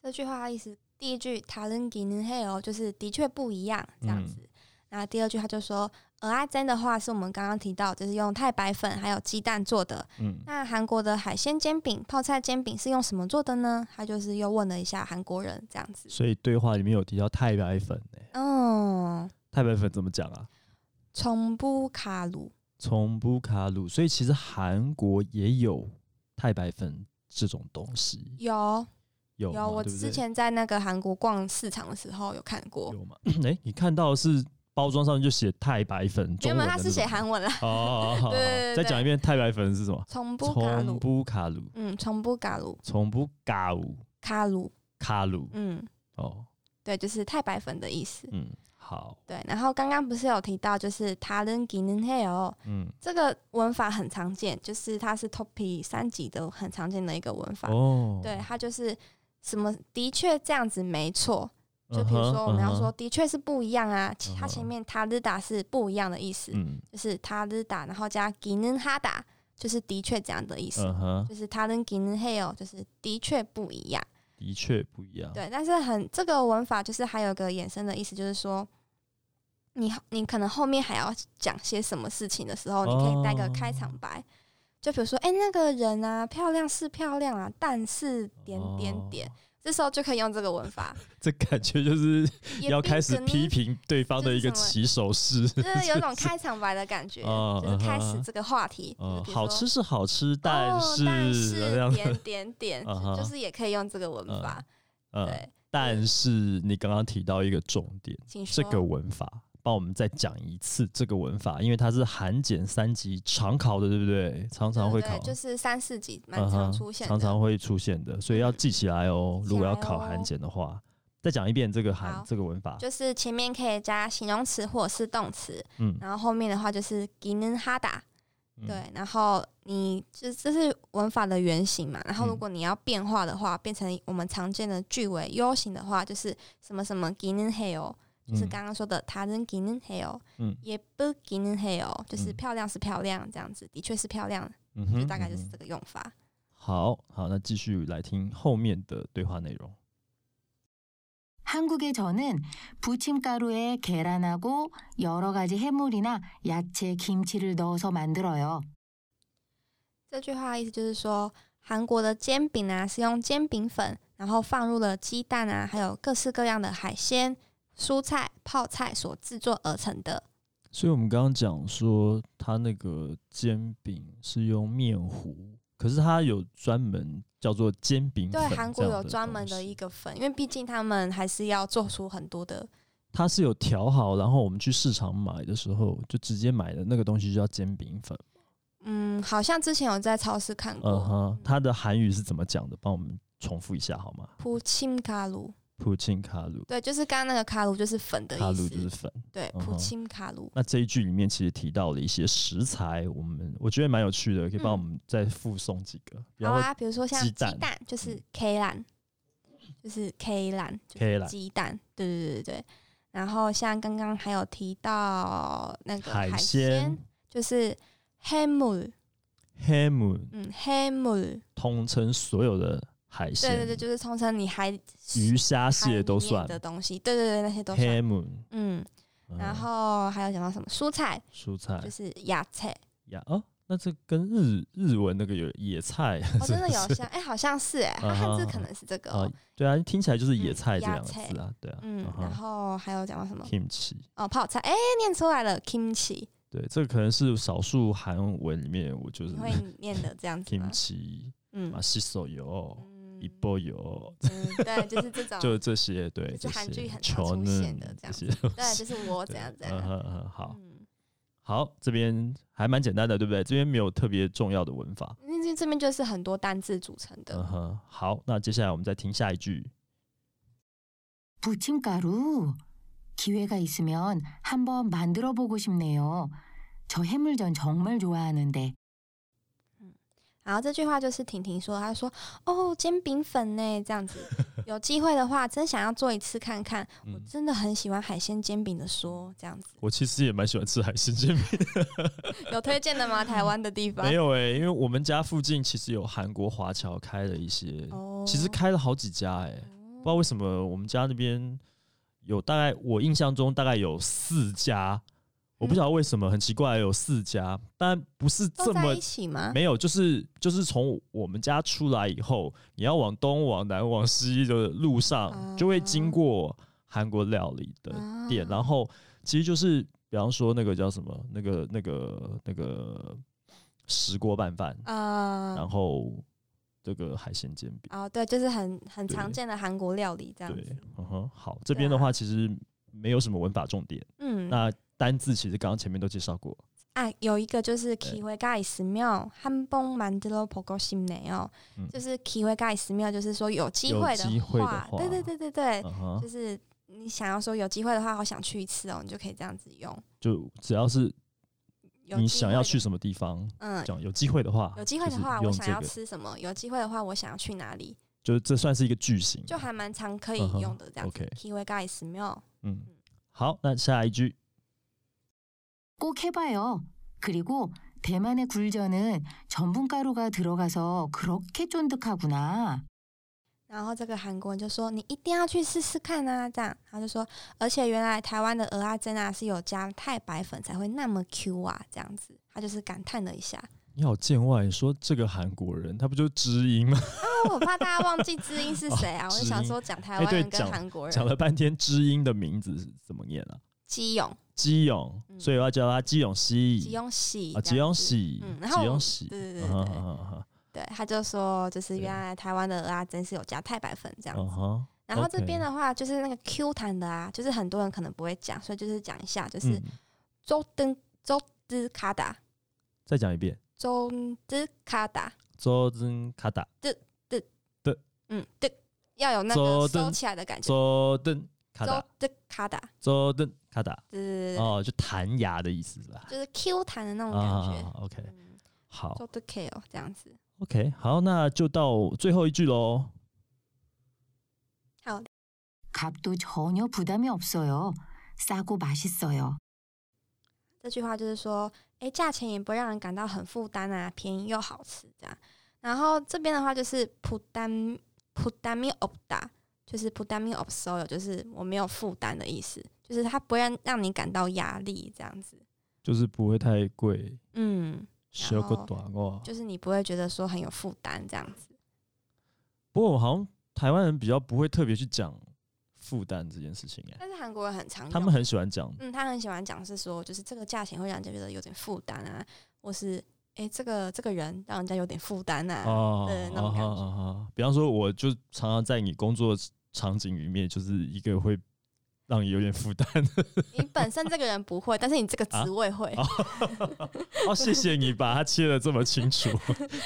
[SPEAKER 2] 这句话的意思，第一句 t a l e n g i n h e o 就是的确不一样这样
[SPEAKER 1] 嗯
[SPEAKER 2] 子。那第二句他就说，鹅阿珍的话是我们刚刚提到，就是用太白粉还有鸡蛋做的，
[SPEAKER 1] 嗯
[SPEAKER 2] 那韩国的海鲜煎饼、泡菜煎饼是用什么做的呢？他就是又问了一下韩国人这样子。
[SPEAKER 1] 所以对话里面有提到太白粉、欸，
[SPEAKER 2] 嗯，
[SPEAKER 1] 太白粉怎么讲啊？
[SPEAKER 2] 从不卡鲁，
[SPEAKER 1] 从不卡鲁，所以其实韩国也有太白粉这种东西，
[SPEAKER 2] 有
[SPEAKER 1] 有
[SPEAKER 2] 有，
[SPEAKER 1] 嘛
[SPEAKER 2] 我
[SPEAKER 1] 对不
[SPEAKER 2] 之
[SPEAKER 1] 对
[SPEAKER 2] 前在那个韩国逛市场的时候有看过，
[SPEAKER 1] 有吗？ 哎、你看到的是包装上就写太白粉，中
[SPEAKER 2] 原
[SPEAKER 1] 文
[SPEAKER 2] 本
[SPEAKER 1] 的
[SPEAKER 2] 他是写
[SPEAKER 1] 那种
[SPEAKER 2] 韩文啦，
[SPEAKER 1] 哦哦，哦哦
[SPEAKER 2] 对对对
[SPEAKER 1] 再讲一遍，太白粉是什么？
[SPEAKER 2] 从不卡
[SPEAKER 1] 从
[SPEAKER 2] 鲁，
[SPEAKER 1] 不卡鲁，
[SPEAKER 2] 嗯，从不卡鲁，
[SPEAKER 1] 从不嘎鲁
[SPEAKER 2] 卡鲁，
[SPEAKER 1] 卡鲁
[SPEAKER 2] 嗯，
[SPEAKER 1] 哦，
[SPEAKER 2] 对，就是太白粉的意思。
[SPEAKER 1] 嗯，好，
[SPEAKER 2] 对，然后刚刚不是有提到，就是他人给人 h e l
[SPEAKER 1] 嗯，
[SPEAKER 2] 这个文法很常见，就是它是 topi 三级的很常见的一个文法。
[SPEAKER 1] 哦，
[SPEAKER 2] 对，它就是什么的确这样子没错。就
[SPEAKER 1] 嗯
[SPEAKER 2] 比如
[SPEAKER 1] 哼
[SPEAKER 2] 说我们要说，
[SPEAKER 1] 嗯哼
[SPEAKER 2] 的确是不一样啊，其它
[SPEAKER 1] 嗯
[SPEAKER 2] 前
[SPEAKER 1] 哼
[SPEAKER 2] 面塔日达是不一样的意思，
[SPEAKER 1] 嗯
[SPEAKER 2] 就是塔日达，然后加吉能哈达，就是的确这样的意思。
[SPEAKER 1] 嗯哼，
[SPEAKER 2] 就是他跟吉能 h 哦，就是的确不一样，
[SPEAKER 1] 的确不一样，
[SPEAKER 2] 对。但是很这个文法就是还有个衍生的意思，就是说，你你可能后面还要讲些什么事情的时候，你可以带个开场
[SPEAKER 1] 哦
[SPEAKER 2] 白，就比如说，哎、那个人啊，漂亮是漂亮啊，但是点点点，
[SPEAKER 1] 哦，
[SPEAKER 2] 这时候就可以用这个文法，
[SPEAKER 1] 这感觉就是
[SPEAKER 2] 也
[SPEAKER 1] 要
[SPEAKER 2] 并
[SPEAKER 1] 开始
[SPEAKER 2] 不
[SPEAKER 1] 批
[SPEAKER 2] 呢
[SPEAKER 1] 评对方的一个起手式，
[SPEAKER 2] 就是有种开场白的感觉，
[SPEAKER 1] 哦
[SPEAKER 2] 就是开
[SPEAKER 1] 嗯
[SPEAKER 2] 始
[SPEAKER 1] 哼
[SPEAKER 2] 这个话题。
[SPEAKER 1] 呃，
[SPEAKER 2] 就是比如
[SPEAKER 1] 好
[SPEAKER 2] 说
[SPEAKER 1] 吃，是好吃，是
[SPEAKER 2] 哦但
[SPEAKER 1] 这样
[SPEAKER 2] 是
[SPEAKER 1] 子，
[SPEAKER 2] 点点点，
[SPEAKER 1] 嗯哼
[SPEAKER 2] 就是也可以用这个文法。
[SPEAKER 1] 嗯，
[SPEAKER 2] 对，
[SPEAKER 1] 但是你刚刚提到一个重点，
[SPEAKER 2] 请
[SPEAKER 1] 这
[SPEAKER 2] 说。
[SPEAKER 1] 个文法。帮我们再讲一次这个文法，因为它是韩检三级常考的，对不对？常常会
[SPEAKER 2] 对对
[SPEAKER 1] 考，
[SPEAKER 2] 就是三四集蛮
[SPEAKER 1] 嗯
[SPEAKER 2] 常
[SPEAKER 1] 哼
[SPEAKER 2] 出现的。
[SPEAKER 1] 常常会出现的，所以要记起来哦。
[SPEAKER 2] 记起
[SPEAKER 1] 如果要
[SPEAKER 2] 来
[SPEAKER 1] 考
[SPEAKER 2] 哦
[SPEAKER 1] 韩检的话，再讲一遍这个韩
[SPEAKER 2] 好
[SPEAKER 1] 这个文法，
[SPEAKER 2] 就是前面可以加形容词或者是动词，
[SPEAKER 1] 嗯，
[SPEAKER 2] 然后后面的话就是 g i n n hada，
[SPEAKER 1] 嗯
[SPEAKER 2] 对，然后你就这是文法的原型嘛，然后如
[SPEAKER 1] 嗯
[SPEAKER 2] 果你要变化的话，变成我们常见的句尾 U 型的话，就是什么什么 g i n n heo，就是哦
[SPEAKER 1] 嗯
[SPEAKER 2] 刚刚说的他人 g i n n heo，
[SPEAKER 1] 嗯
[SPEAKER 2] 哦也不 g i n n heo，就是哦
[SPEAKER 1] 嗯
[SPEAKER 2] 漂亮是漂亮这样子，的确是漂亮，
[SPEAKER 1] 嗯
[SPEAKER 2] 就
[SPEAKER 1] 哼，
[SPEAKER 2] 大概
[SPEAKER 1] 嗯
[SPEAKER 2] 就是
[SPEAKER 1] 哼
[SPEAKER 2] 这个用法。
[SPEAKER 1] 好好，那继续来听后面的对话内容。
[SPEAKER 5] 한국의 전은 부침가루에 계란하고 여러 가지 해물이나 야채, 김치를 넣어서 만들어요.
[SPEAKER 2] 这句话的意思就是说，韩国的煎饼啊是用煎饼粉，然后放入了鸡蛋啊，还有各式各样的海鲜、蔬菜、泡菜所制作而成的。
[SPEAKER 1] 所以我们刚刚讲说，它那个煎饼是用面糊可是它有专门叫做煎饼
[SPEAKER 2] 对
[SPEAKER 1] 嗯粉，
[SPEAKER 2] 韩国有专门的
[SPEAKER 1] 的
[SPEAKER 2] 一，个粉，因为毕竟他们还是要做出很多的，
[SPEAKER 1] 它是有调好，然后我们去市场买的时候就直接买的那个东西就叫煎饼粉。
[SPEAKER 2] 嗯，好像之前有在超市看
[SPEAKER 1] 嗯
[SPEAKER 2] 过，
[SPEAKER 1] 哼，它的韩语是怎么讲的？帮我们重复一下好吗？
[SPEAKER 2] 普钦卡鲁，
[SPEAKER 1] 普沁卡鲁，
[SPEAKER 2] 对，就是刚刚那个卡鲁就是粉的
[SPEAKER 1] 卡
[SPEAKER 2] 意
[SPEAKER 1] 鲁就是
[SPEAKER 2] 思，
[SPEAKER 1] 粉。
[SPEAKER 2] 对，
[SPEAKER 1] 嗯
[SPEAKER 2] 普
[SPEAKER 1] 哼
[SPEAKER 2] 钦卡鲁，
[SPEAKER 1] 那这一句里面其实提到了一些食材，我们我觉得蛮有趣的，可以帮我
[SPEAKER 2] 嗯
[SPEAKER 1] 们再附送几个。然
[SPEAKER 2] 好
[SPEAKER 1] 后
[SPEAKER 2] 啊，比如说像
[SPEAKER 1] 鸡
[SPEAKER 2] 鸡
[SPEAKER 1] 蛋
[SPEAKER 2] 蛋，就是
[SPEAKER 1] 嗯
[SPEAKER 2] K 兰，就是 K 兰，就
[SPEAKER 1] K
[SPEAKER 2] 是
[SPEAKER 1] 兰
[SPEAKER 2] 鸡蛋，对对对对对。然后像刚刚还有提到那个
[SPEAKER 1] 海
[SPEAKER 2] 海
[SPEAKER 1] 鲜
[SPEAKER 2] 鲜，就是 ham，
[SPEAKER 1] ham
[SPEAKER 2] 嗯，ham，
[SPEAKER 1] 通称所有的海鲜，
[SPEAKER 2] 对对对，就是通称你海
[SPEAKER 1] 鱼虾
[SPEAKER 2] 海里
[SPEAKER 1] 蟹都
[SPEAKER 2] 面
[SPEAKER 1] 算
[SPEAKER 2] 的东西，对对对，那些都算。
[SPEAKER 1] ham，
[SPEAKER 2] 嗯，
[SPEAKER 1] 嗯哎
[SPEAKER 2] 然后还有讲到什么蔬菜，
[SPEAKER 1] 蔬菜
[SPEAKER 2] 就是芽 菜，
[SPEAKER 1] 呀哦，那这跟日日文那个有野菜，
[SPEAKER 2] 哦，真的
[SPEAKER 1] 是不
[SPEAKER 2] 有
[SPEAKER 1] 是
[SPEAKER 2] 像，哎，好像是哎，
[SPEAKER 1] 啊
[SPEAKER 2] 它汉字
[SPEAKER 1] 哈
[SPEAKER 2] 可能是这个
[SPEAKER 1] 啊
[SPEAKER 2] 哦，，
[SPEAKER 1] 对啊，听起来就是野
[SPEAKER 2] 嗯
[SPEAKER 1] 菜这
[SPEAKER 2] 芽
[SPEAKER 1] 两个
[SPEAKER 2] 菜
[SPEAKER 1] 字啊，对啊，
[SPEAKER 2] 嗯
[SPEAKER 1] 啊，哈
[SPEAKER 2] 然后还有讲到什么？
[SPEAKER 1] kimchi，
[SPEAKER 2] 哦，泡菜，哎，念出来了，kimchi。
[SPEAKER 1] 对，这个可能是少数韩文里面我就是
[SPEAKER 2] 你会念的这样 子吗？
[SPEAKER 1] kimchi
[SPEAKER 2] 嗯
[SPEAKER 1] 啊，西手油、
[SPEAKER 2] 嗯
[SPEAKER 1] 一 波油，
[SPEAKER 2] 嗯，对，就是这 种，
[SPEAKER 1] 就这些，对，
[SPEAKER 2] 是
[SPEAKER 1] 这
[SPEAKER 2] 韩
[SPEAKER 1] 些
[SPEAKER 2] 剧很常出
[SPEAKER 1] 저는
[SPEAKER 2] 现的这样
[SPEAKER 1] 些东
[SPEAKER 2] 对，
[SPEAKER 1] 西
[SPEAKER 2] 就是我怎
[SPEAKER 1] 对
[SPEAKER 2] 样怎
[SPEAKER 1] 嗯
[SPEAKER 2] 样。
[SPEAKER 1] 哼嗯哼好
[SPEAKER 2] 嗯，
[SPEAKER 1] 好，这边还蛮简单的，对不对？这边没有特别重要的文法。
[SPEAKER 2] 那这这边就是很多单字组成
[SPEAKER 1] 嗯
[SPEAKER 2] 的，
[SPEAKER 1] 哼，好，那接下来我们再听下一句。
[SPEAKER 5] 부침가루 기회가 있으면 한번 만들어 보고 싶네요. 저 해물전 정말 좋아하는데
[SPEAKER 2] 然后这句话就是婷婷说，她说哦，煎饼粉呢，这样子，有机会的话，真想要做一次看看，我
[SPEAKER 1] 嗯
[SPEAKER 2] 真的很喜欢海鲜煎饼的说，这 样子，
[SPEAKER 1] 我其实也蛮喜欢吃海鲜煎 饼，
[SPEAKER 2] 有推荐的吗？台湾的地方
[SPEAKER 1] 没有哎、因为我们家附近其实有韩国华侨开了一些，
[SPEAKER 2] 哦，
[SPEAKER 1] 其实开了好几家哎、
[SPEAKER 2] 嗯
[SPEAKER 1] 不知道为什么我们家那边有大概我印象中大概有四家，
[SPEAKER 2] 嗯
[SPEAKER 1] 我不晓得为什么很奇怪有四家，但不是
[SPEAKER 2] 都
[SPEAKER 1] 这
[SPEAKER 2] 在
[SPEAKER 1] 么
[SPEAKER 2] 一起吗？
[SPEAKER 1] 没有，就是就是从我们家出来以后，你要往东、往南、往西的路上，
[SPEAKER 2] 啊
[SPEAKER 1] 就会经过韩国料理的店，
[SPEAKER 2] 啊
[SPEAKER 1] 然后其实就是比方说那个叫什么，那个那个那个石锅拌饭，然
[SPEAKER 2] 啊，
[SPEAKER 1] 后这个海鲜煎饼，
[SPEAKER 2] 哦，对，就是很很
[SPEAKER 1] 对
[SPEAKER 2] 常见的韩国料理这样子啊
[SPEAKER 1] 对，，嗯哼，好，这边的话其实没有什么文法重点，
[SPEAKER 2] 嗯，
[SPEAKER 1] 那单字其实刚刚前面都介绍过，
[SPEAKER 2] 啊，有一个就是
[SPEAKER 1] 对
[SPEAKER 2] 기회가있으면한번만들어보고싶네요，
[SPEAKER 1] 嗯
[SPEAKER 2] 就是기회가있으면就是说有机
[SPEAKER 1] 有
[SPEAKER 2] 会
[SPEAKER 1] 机会的
[SPEAKER 2] 话，
[SPEAKER 1] 话
[SPEAKER 2] 对对对对对，
[SPEAKER 1] 嗯哼
[SPEAKER 2] 就，是你想要说有机会的话，好想去一次哦，你就可以这样子用。
[SPEAKER 1] 就只要是
[SPEAKER 2] 有
[SPEAKER 1] 你
[SPEAKER 2] 机
[SPEAKER 1] 想
[SPEAKER 2] 会
[SPEAKER 1] 要
[SPEAKER 2] 的
[SPEAKER 1] 去，什么地方，
[SPEAKER 2] 嗯，
[SPEAKER 1] 讲有机会的话，
[SPEAKER 2] 有机会
[SPEAKER 1] 就
[SPEAKER 2] 的
[SPEAKER 1] 是
[SPEAKER 2] 话，我
[SPEAKER 1] 用
[SPEAKER 2] 想
[SPEAKER 1] 这
[SPEAKER 2] 要
[SPEAKER 1] 个
[SPEAKER 2] 吃什么？有机会的话，我想要去哪里？
[SPEAKER 1] 就是这算是一个句型，
[SPEAKER 2] 就还蛮常可以
[SPEAKER 1] 嗯哼
[SPEAKER 2] 用的这样子。
[SPEAKER 1] OK
[SPEAKER 2] 기회가있으면，
[SPEAKER 1] 嗯，好，那下一句
[SPEAKER 5] 꼭 해봐요. 그리고 대만의 굴전은 전분가루가 들어가서 그렇게 쫀득하구나.
[SPEAKER 2] 然后这个韩国人就说：“你一定要去试试看啊！”这样，他就说：“而且原来台湾的鹅阿珍啊是有加太白粉才会那么 Q 啊！”这样子，他就是感叹了 一下。啊
[SPEAKER 1] 你好见外，你说这个韩国人他不就知音吗？
[SPEAKER 2] 哦，我怕大家忘记知音是谁啊！
[SPEAKER 1] 哦
[SPEAKER 2] 我就
[SPEAKER 1] 知
[SPEAKER 2] 想
[SPEAKER 1] 音
[SPEAKER 2] 说讲台
[SPEAKER 1] 哎
[SPEAKER 2] 湾
[SPEAKER 1] 对
[SPEAKER 2] 人跟
[SPEAKER 1] 讲
[SPEAKER 2] 韩国
[SPEAKER 1] 讲
[SPEAKER 2] 人，
[SPEAKER 1] 了半天知音的名字是怎么念啊？
[SPEAKER 2] 基勇、
[SPEAKER 1] 基勇，
[SPEAKER 2] 嗯
[SPEAKER 1] 所以我要叫他基勇熙，
[SPEAKER 2] 基勇喜
[SPEAKER 1] 啊，
[SPEAKER 2] 这
[SPEAKER 1] 基
[SPEAKER 2] 样
[SPEAKER 1] 勇
[SPEAKER 2] 子
[SPEAKER 1] 喜
[SPEAKER 2] 嗯，然后
[SPEAKER 1] 基
[SPEAKER 2] 我
[SPEAKER 1] 勇
[SPEAKER 2] 们
[SPEAKER 1] 喜，
[SPEAKER 2] 对对对
[SPEAKER 1] 嗯哼
[SPEAKER 2] 对
[SPEAKER 1] 嗯哼嗯哼
[SPEAKER 2] 对，他就说就是
[SPEAKER 1] 对
[SPEAKER 2] 原来台湾的鹅阿珍是有加太白粉这样
[SPEAKER 1] 嗯
[SPEAKER 2] 子。
[SPEAKER 1] 哼，
[SPEAKER 2] 然后这
[SPEAKER 1] OK
[SPEAKER 2] 边的话就是那个 Q 弹的啊，就是很多人可能不会讲，所以就是讲一下，就是
[SPEAKER 1] 嗯，
[SPEAKER 2] 周登周之卡达。
[SPEAKER 1] 再讲一遍，
[SPEAKER 2] 周之卡达，
[SPEAKER 1] 周真卡达，
[SPEAKER 2] 嗯，对，要有那
[SPEAKER 1] 周
[SPEAKER 2] 个
[SPEAKER 1] 登
[SPEAKER 2] 收起来的感觉。
[SPEAKER 1] 周登卡
[SPEAKER 2] 周
[SPEAKER 1] 达，
[SPEAKER 2] 的卡达，
[SPEAKER 1] 周登卡达，
[SPEAKER 2] 对对对对，
[SPEAKER 1] 哦，就弹牙的意思是吧？
[SPEAKER 2] 就是 Q 弹的那种感
[SPEAKER 1] 啊
[SPEAKER 2] 觉。
[SPEAKER 1] ，OK，
[SPEAKER 2] 嗯，
[SPEAKER 1] 好
[SPEAKER 2] 周的 K 哦，这样子。
[SPEAKER 1] ，OK，好，那就到最后一句喽。
[SPEAKER 2] 好，
[SPEAKER 5] 값도 전혀 부담이 없어요. 싸고 맛있어요.
[SPEAKER 2] 这句话就是说，哎，价钱也不会让人感到很负担啊，便宜又好吃这样。然后这边的话就是负担负担米 of 达，就是负担米 of s o 就是我没有负担的意思，就是它不会让让你感到压力这样子。
[SPEAKER 1] 就是不会太贵，
[SPEAKER 2] 嗯，
[SPEAKER 1] 小个
[SPEAKER 2] 后
[SPEAKER 1] 短哦。
[SPEAKER 2] 就是你不会觉得说很有负担这样子。
[SPEAKER 1] 不过我好像台湾人比较不会特别去讲负担这件事情、哎，
[SPEAKER 2] 但是韩国人很常用，
[SPEAKER 1] 他们很喜欢讲，
[SPEAKER 2] 嗯嗯，他很喜欢讲是说，就是这个价钱会让人家觉得有点负担啊，或是哎、这个这个人让人家有点负担啊呐。
[SPEAKER 1] 哦
[SPEAKER 2] 对那种感觉
[SPEAKER 1] 啊哈啊哈比方说，我就常常在你工作场景里面，就是一个会让你有点负担。
[SPEAKER 2] 你本身这个人不会，但是你这个职位会。
[SPEAKER 1] 啊哦，谢谢你把它切的这么清 楚，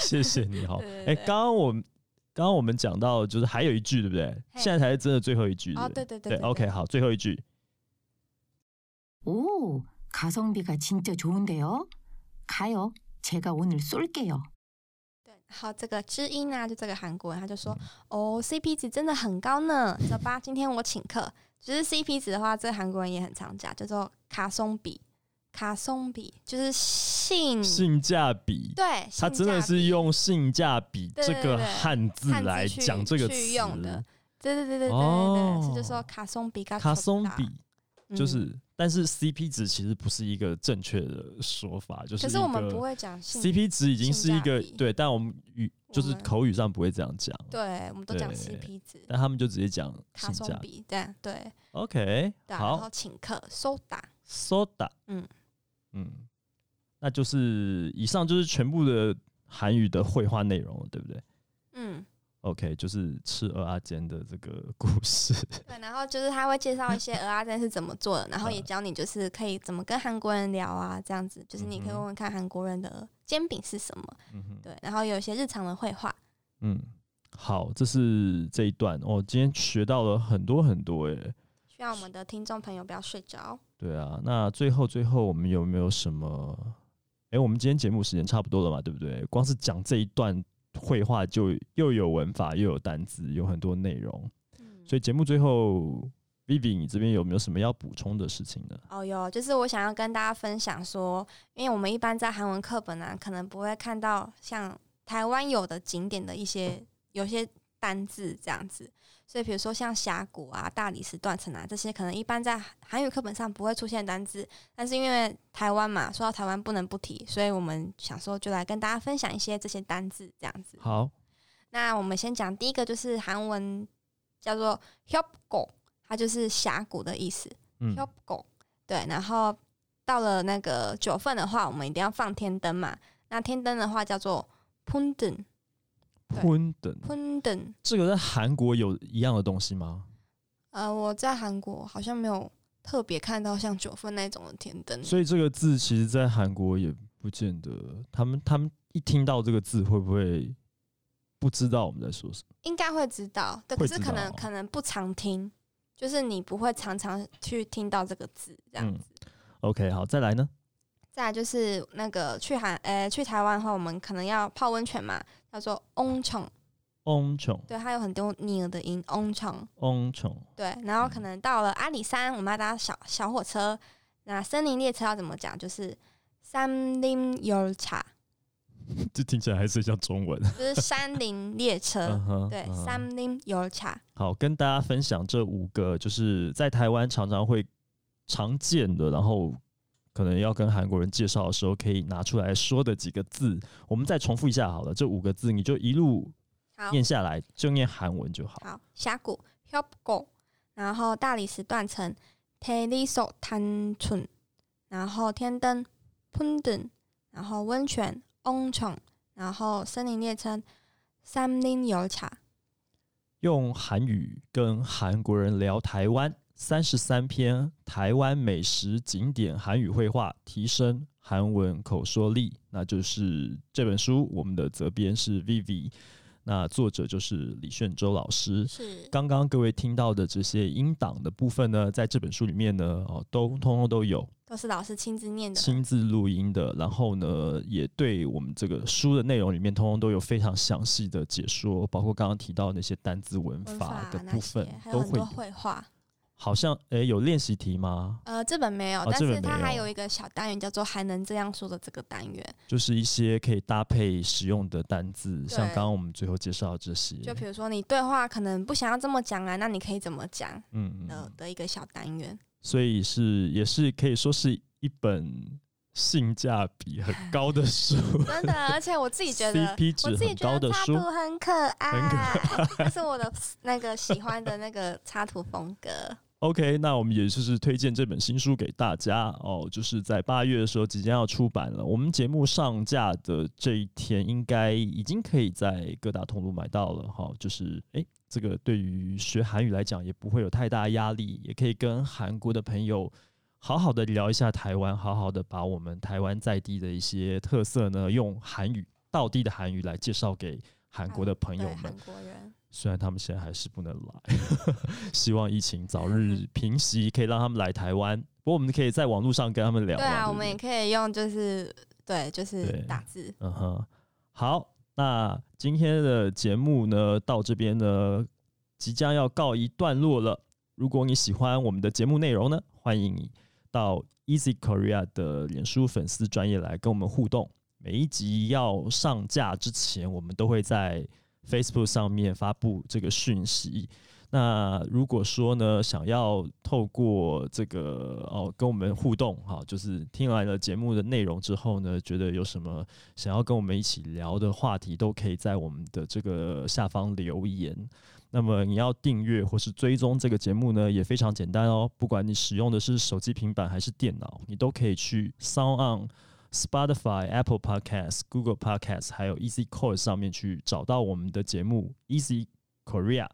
[SPEAKER 1] 谢谢你好。
[SPEAKER 2] 对对
[SPEAKER 1] 哎、
[SPEAKER 2] 对
[SPEAKER 1] 刚刚我们刚刚我们讲到，就是还有一句，对不对？
[SPEAKER 2] 嘿
[SPEAKER 1] 现在才是真的最后一句。
[SPEAKER 2] 哦，
[SPEAKER 1] 不
[SPEAKER 2] 对对对
[SPEAKER 1] 对 OK，好，最后一句。
[SPEAKER 5] 오, 가성비가 진짜 좋은데요? 가요. 제가 오늘 쏠게요.
[SPEAKER 2] 对，好，这个知音啊，就这个韩国人，他就说，
[SPEAKER 1] 嗯
[SPEAKER 2] 哦，CP 值真的很高呢。走吧，今天我请客。只是 CP 值的话，这个韩国人也很常讲，叫做卡松比，卡松比就是性，
[SPEAKER 1] 性价比，
[SPEAKER 2] 嗯对，
[SPEAKER 1] 他
[SPEAKER 2] 性
[SPEAKER 1] 真的
[SPEAKER 2] 价
[SPEAKER 1] 是
[SPEAKER 2] 比
[SPEAKER 1] 用性价比
[SPEAKER 2] 对
[SPEAKER 1] 这
[SPEAKER 2] 对
[SPEAKER 1] 个
[SPEAKER 2] 对
[SPEAKER 1] 汉字
[SPEAKER 2] 汉字
[SPEAKER 1] 来
[SPEAKER 2] 去
[SPEAKER 1] 讲这个
[SPEAKER 2] 去
[SPEAKER 1] 词。
[SPEAKER 2] 用的对对对对对
[SPEAKER 1] 哦
[SPEAKER 2] 对，是就说卡松比，嗯
[SPEAKER 1] 卡松比
[SPEAKER 2] 比
[SPEAKER 1] 就是，但是 CP 值其实不是一个正确的说法，就是
[SPEAKER 2] 可
[SPEAKER 1] 一
[SPEAKER 2] 是我们
[SPEAKER 1] 个
[SPEAKER 2] 不会讲性
[SPEAKER 1] CP 值已经是一个
[SPEAKER 2] 性价比
[SPEAKER 1] 对，但我们语
[SPEAKER 2] 我
[SPEAKER 1] 就是
[SPEAKER 2] 们
[SPEAKER 1] 口语上不会这样讲，
[SPEAKER 2] 对，我们都讲
[SPEAKER 1] 对
[SPEAKER 2] CP 值，
[SPEAKER 1] 但他们就直接讲
[SPEAKER 2] 卡
[SPEAKER 1] 性
[SPEAKER 2] 松
[SPEAKER 1] 价比。
[SPEAKER 2] 比这样对，
[SPEAKER 1] OK，
[SPEAKER 2] 对啊然后
[SPEAKER 1] 好
[SPEAKER 2] 请客收打，
[SPEAKER 1] ，soda，
[SPEAKER 2] 嗯
[SPEAKER 1] 嗯，那就是以上就是全部的韩语的绘画内容了，对不对
[SPEAKER 2] 嗯，
[SPEAKER 1] ？OK，就是吃鹅阿坚的这个故事。
[SPEAKER 2] 对，然后就是他会介绍一些鹅阿珍是怎么做的，然后也
[SPEAKER 1] 嗯
[SPEAKER 2] 教你就是可以怎么跟韩国人聊啊，这样子，就是你可以
[SPEAKER 1] 嗯哼
[SPEAKER 2] 问问看韩国人的煎饼是什么，
[SPEAKER 1] 嗯哼
[SPEAKER 2] 对，然后有一些日常的绘画，
[SPEAKER 1] 嗯，好，这是这一段。我、今天学到了很多很多欸耶。
[SPEAKER 2] 希望我们的听众朋友不要睡着。
[SPEAKER 1] 对啊，那最后最后我们有没有什么？哎、我们今天节目时间差不多了嘛，对不对？光是讲这一段绘画就又有文法，又有单字，有很多内容。
[SPEAKER 2] 嗯
[SPEAKER 1] 所以节目最后，Vivi，你这边有没有什么要补充的事情呢？
[SPEAKER 2] 哦哟，就是我想要跟大家分享说，因为我们一般在韩文课本啊，可能不会看到像台湾有的景点的一些有些单字这样子，所以比如说像峡谷啊、大理石断层啊这些，可能一般在韩语课本上不会出现的单字，但是因为台湾嘛，说到台湾不能不提，所以我们想说就来跟大家分享一些这些单字这样子。
[SPEAKER 1] 好，
[SPEAKER 2] 那我们先讲第一个，就是韩文叫做 h y o p g o 它就是峡谷的意思。
[SPEAKER 1] 嗯
[SPEAKER 2] h，o p g o 对，然后到了那个九份的话，我们一定要放天灯嘛。那天灯的话叫做 punden 对
[SPEAKER 1] 坤等
[SPEAKER 2] punden。
[SPEAKER 1] 这个在韩国有一样的东西吗？
[SPEAKER 2] 呃，我在韩国好像没有特别看到像九份那种的天灯。
[SPEAKER 1] 所以这个字其实，在韩国也不见得，他们他们一听到这个字，会不会不知道我们在说什么？
[SPEAKER 2] 应该会知道，对，
[SPEAKER 1] 会知
[SPEAKER 2] 可是
[SPEAKER 1] 道
[SPEAKER 2] 可能
[SPEAKER 1] 哦
[SPEAKER 2] 可能不常听，就是你不会常常去听到这个字这样
[SPEAKER 1] 嗯
[SPEAKER 2] 子。
[SPEAKER 1] OK，好，再来呢？
[SPEAKER 2] 再来就是那个去韩呃去台湾的话，我们可能要泡温泉嘛，叫做 on c h o n
[SPEAKER 1] 翁琼，
[SPEAKER 2] 对，它有很多 near 的音 on c h o n
[SPEAKER 1] 翁琼，
[SPEAKER 2] 对，然后
[SPEAKER 1] 嗯
[SPEAKER 2] 可能到了阿里山，我们要搭小小火车。那森林列车要怎么讲？就是山林열차，
[SPEAKER 1] 这听起来还是像中文。
[SPEAKER 2] 就是山林列车
[SPEAKER 1] 嗯。哼
[SPEAKER 2] 呃对
[SPEAKER 1] 嗯，哼
[SPEAKER 2] 山林열차。
[SPEAKER 1] 好，跟大家分享这五个，就是在台湾常常会常见的，然后可能要跟韩国人介绍的时候可以拿出来说的几个字。我们再重复一下好了，这五个字你就一路
[SPEAKER 2] 好，
[SPEAKER 1] 念下来，就念韩文就好。
[SPEAKER 2] 好，峡谷 h o p g o 然后大理石断层 t e l i s o t a n c h u n 然后天灯 Punden，然后温泉 On c h o n 然后森林列车山林열차。
[SPEAKER 1] 用韩语跟韩国人聊台湾，三十三篇台湾美食景点韩语绘画，提升韩文口说力。那就是这本书，我们的责编是 Vivi，那作者就是李炫周老师。
[SPEAKER 2] 是
[SPEAKER 1] 刚刚各位听到的这些音档的部分呢，在这本书里面呢，哦，都通通都有
[SPEAKER 2] 都是老师亲自念的。
[SPEAKER 1] 亲自录音的，然后呢，也对我们这个书的内容里面，通通都有非常详细的解说，包括刚刚提到那些单字文
[SPEAKER 2] 文
[SPEAKER 1] 法
[SPEAKER 2] 啊
[SPEAKER 1] 的
[SPEAKER 2] 那
[SPEAKER 1] 部
[SPEAKER 2] 些
[SPEAKER 1] 分
[SPEAKER 2] 还有
[SPEAKER 1] 都
[SPEAKER 2] 很
[SPEAKER 1] 会
[SPEAKER 2] 多
[SPEAKER 1] 有。
[SPEAKER 2] 绘画。
[SPEAKER 1] 好像诶，有练习题吗？
[SPEAKER 2] 呃，这本没有，
[SPEAKER 1] 哦
[SPEAKER 2] 但
[SPEAKER 1] 这本
[SPEAKER 2] 是它
[SPEAKER 1] 没
[SPEAKER 2] 还
[SPEAKER 1] 有
[SPEAKER 2] 有一个小单元叫做“还能这样说”的这个单元，
[SPEAKER 1] 就是一些可以搭配使用的单字，像刚刚我们最后介绍的这些，
[SPEAKER 2] 就比如说你对话可能不想要这么讲啊，那你可以怎么讲
[SPEAKER 1] 嗯嗯
[SPEAKER 2] 的
[SPEAKER 1] 嗯，
[SPEAKER 2] 的一个小单元。
[SPEAKER 1] 所以是也是可以说是一本性价比很高的 书。
[SPEAKER 2] 真的，而且我自己觉得
[SPEAKER 1] CP，值
[SPEAKER 2] 我自己觉
[SPEAKER 1] 很高
[SPEAKER 2] 得
[SPEAKER 1] 的
[SPEAKER 2] 插
[SPEAKER 1] 书
[SPEAKER 2] 图很可爱，
[SPEAKER 1] 很
[SPEAKER 2] 这是我的那个喜欢的那个插图风格。
[SPEAKER 1] OK，那我们也就是推荐这本新书给大家哦，就是在八月的时候即将要出版了。我们节目上架的这一天，应该已经可以在各大通路买到了哈、就是诶，这个对于学韩语来讲也不会有太大压力，也可以跟韩国的朋友好好的聊一下台湾，好好的把我们台湾在地的一些特色呢，用韩语道地的韩语来介绍给韩国
[SPEAKER 2] 嗯
[SPEAKER 1] 的朋友
[SPEAKER 2] 对
[SPEAKER 1] 们
[SPEAKER 2] 韩。国人，
[SPEAKER 1] 虽然他们现在还是不能来， 希望疫情早日平息，可以让他们来台湾。不过我们可以在网络上跟他们聊嘛。
[SPEAKER 2] 对啊，
[SPEAKER 1] 不
[SPEAKER 2] 我们也可以用就是对，就是
[SPEAKER 1] 对
[SPEAKER 2] 打字，
[SPEAKER 1] 嗯哼，好，那今天的节目呢，到这边呢，即将要告一段落了。如果你喜欢我们的节目内容呢，欢迎你到 Easy Korea 的脸书粉丝专业来跟我们互动。每一集要上架之前，我们都会在 Facebook 上面发布这个讯息。那如果说呢，想要透过这个哦跟我们互动，哈，就是听完了节目的内容之后呢，觉得有什么想要跟我们一起聊的话题，都可以在我们的这个下方留言。那么你要订阅或是追踪这个节目呢，也非常简单哦。不管你使用的是手机、平板还是电脑，你都可以去 Sound On、Spotify、Apple Podcasts、Google Podcasts，还有 Easy Core 上面去找到我们的节目 Easy Korea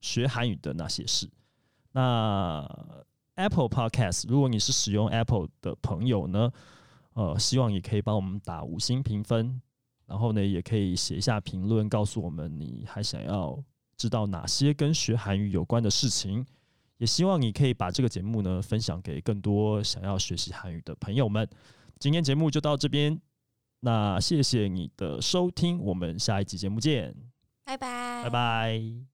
[SPEAKER 1] 学韩语的那些事。那 Apple Podcast，如果你是使用 Apple 的朋友呢，呃，希望也可以帮我们打五星评分，然后呢，也可以写一下评论，告诉我们你还想要知道哪些跟学韩语有关的事情。也希望你可以把这个节目呢分享给更多想要学习韩语的朋友们。今天节目就到这边，那谢谢你的收听，我们下一集节目见，
[SPEAKER 2] 拜拜，
[SPEAKER 1] 拜拜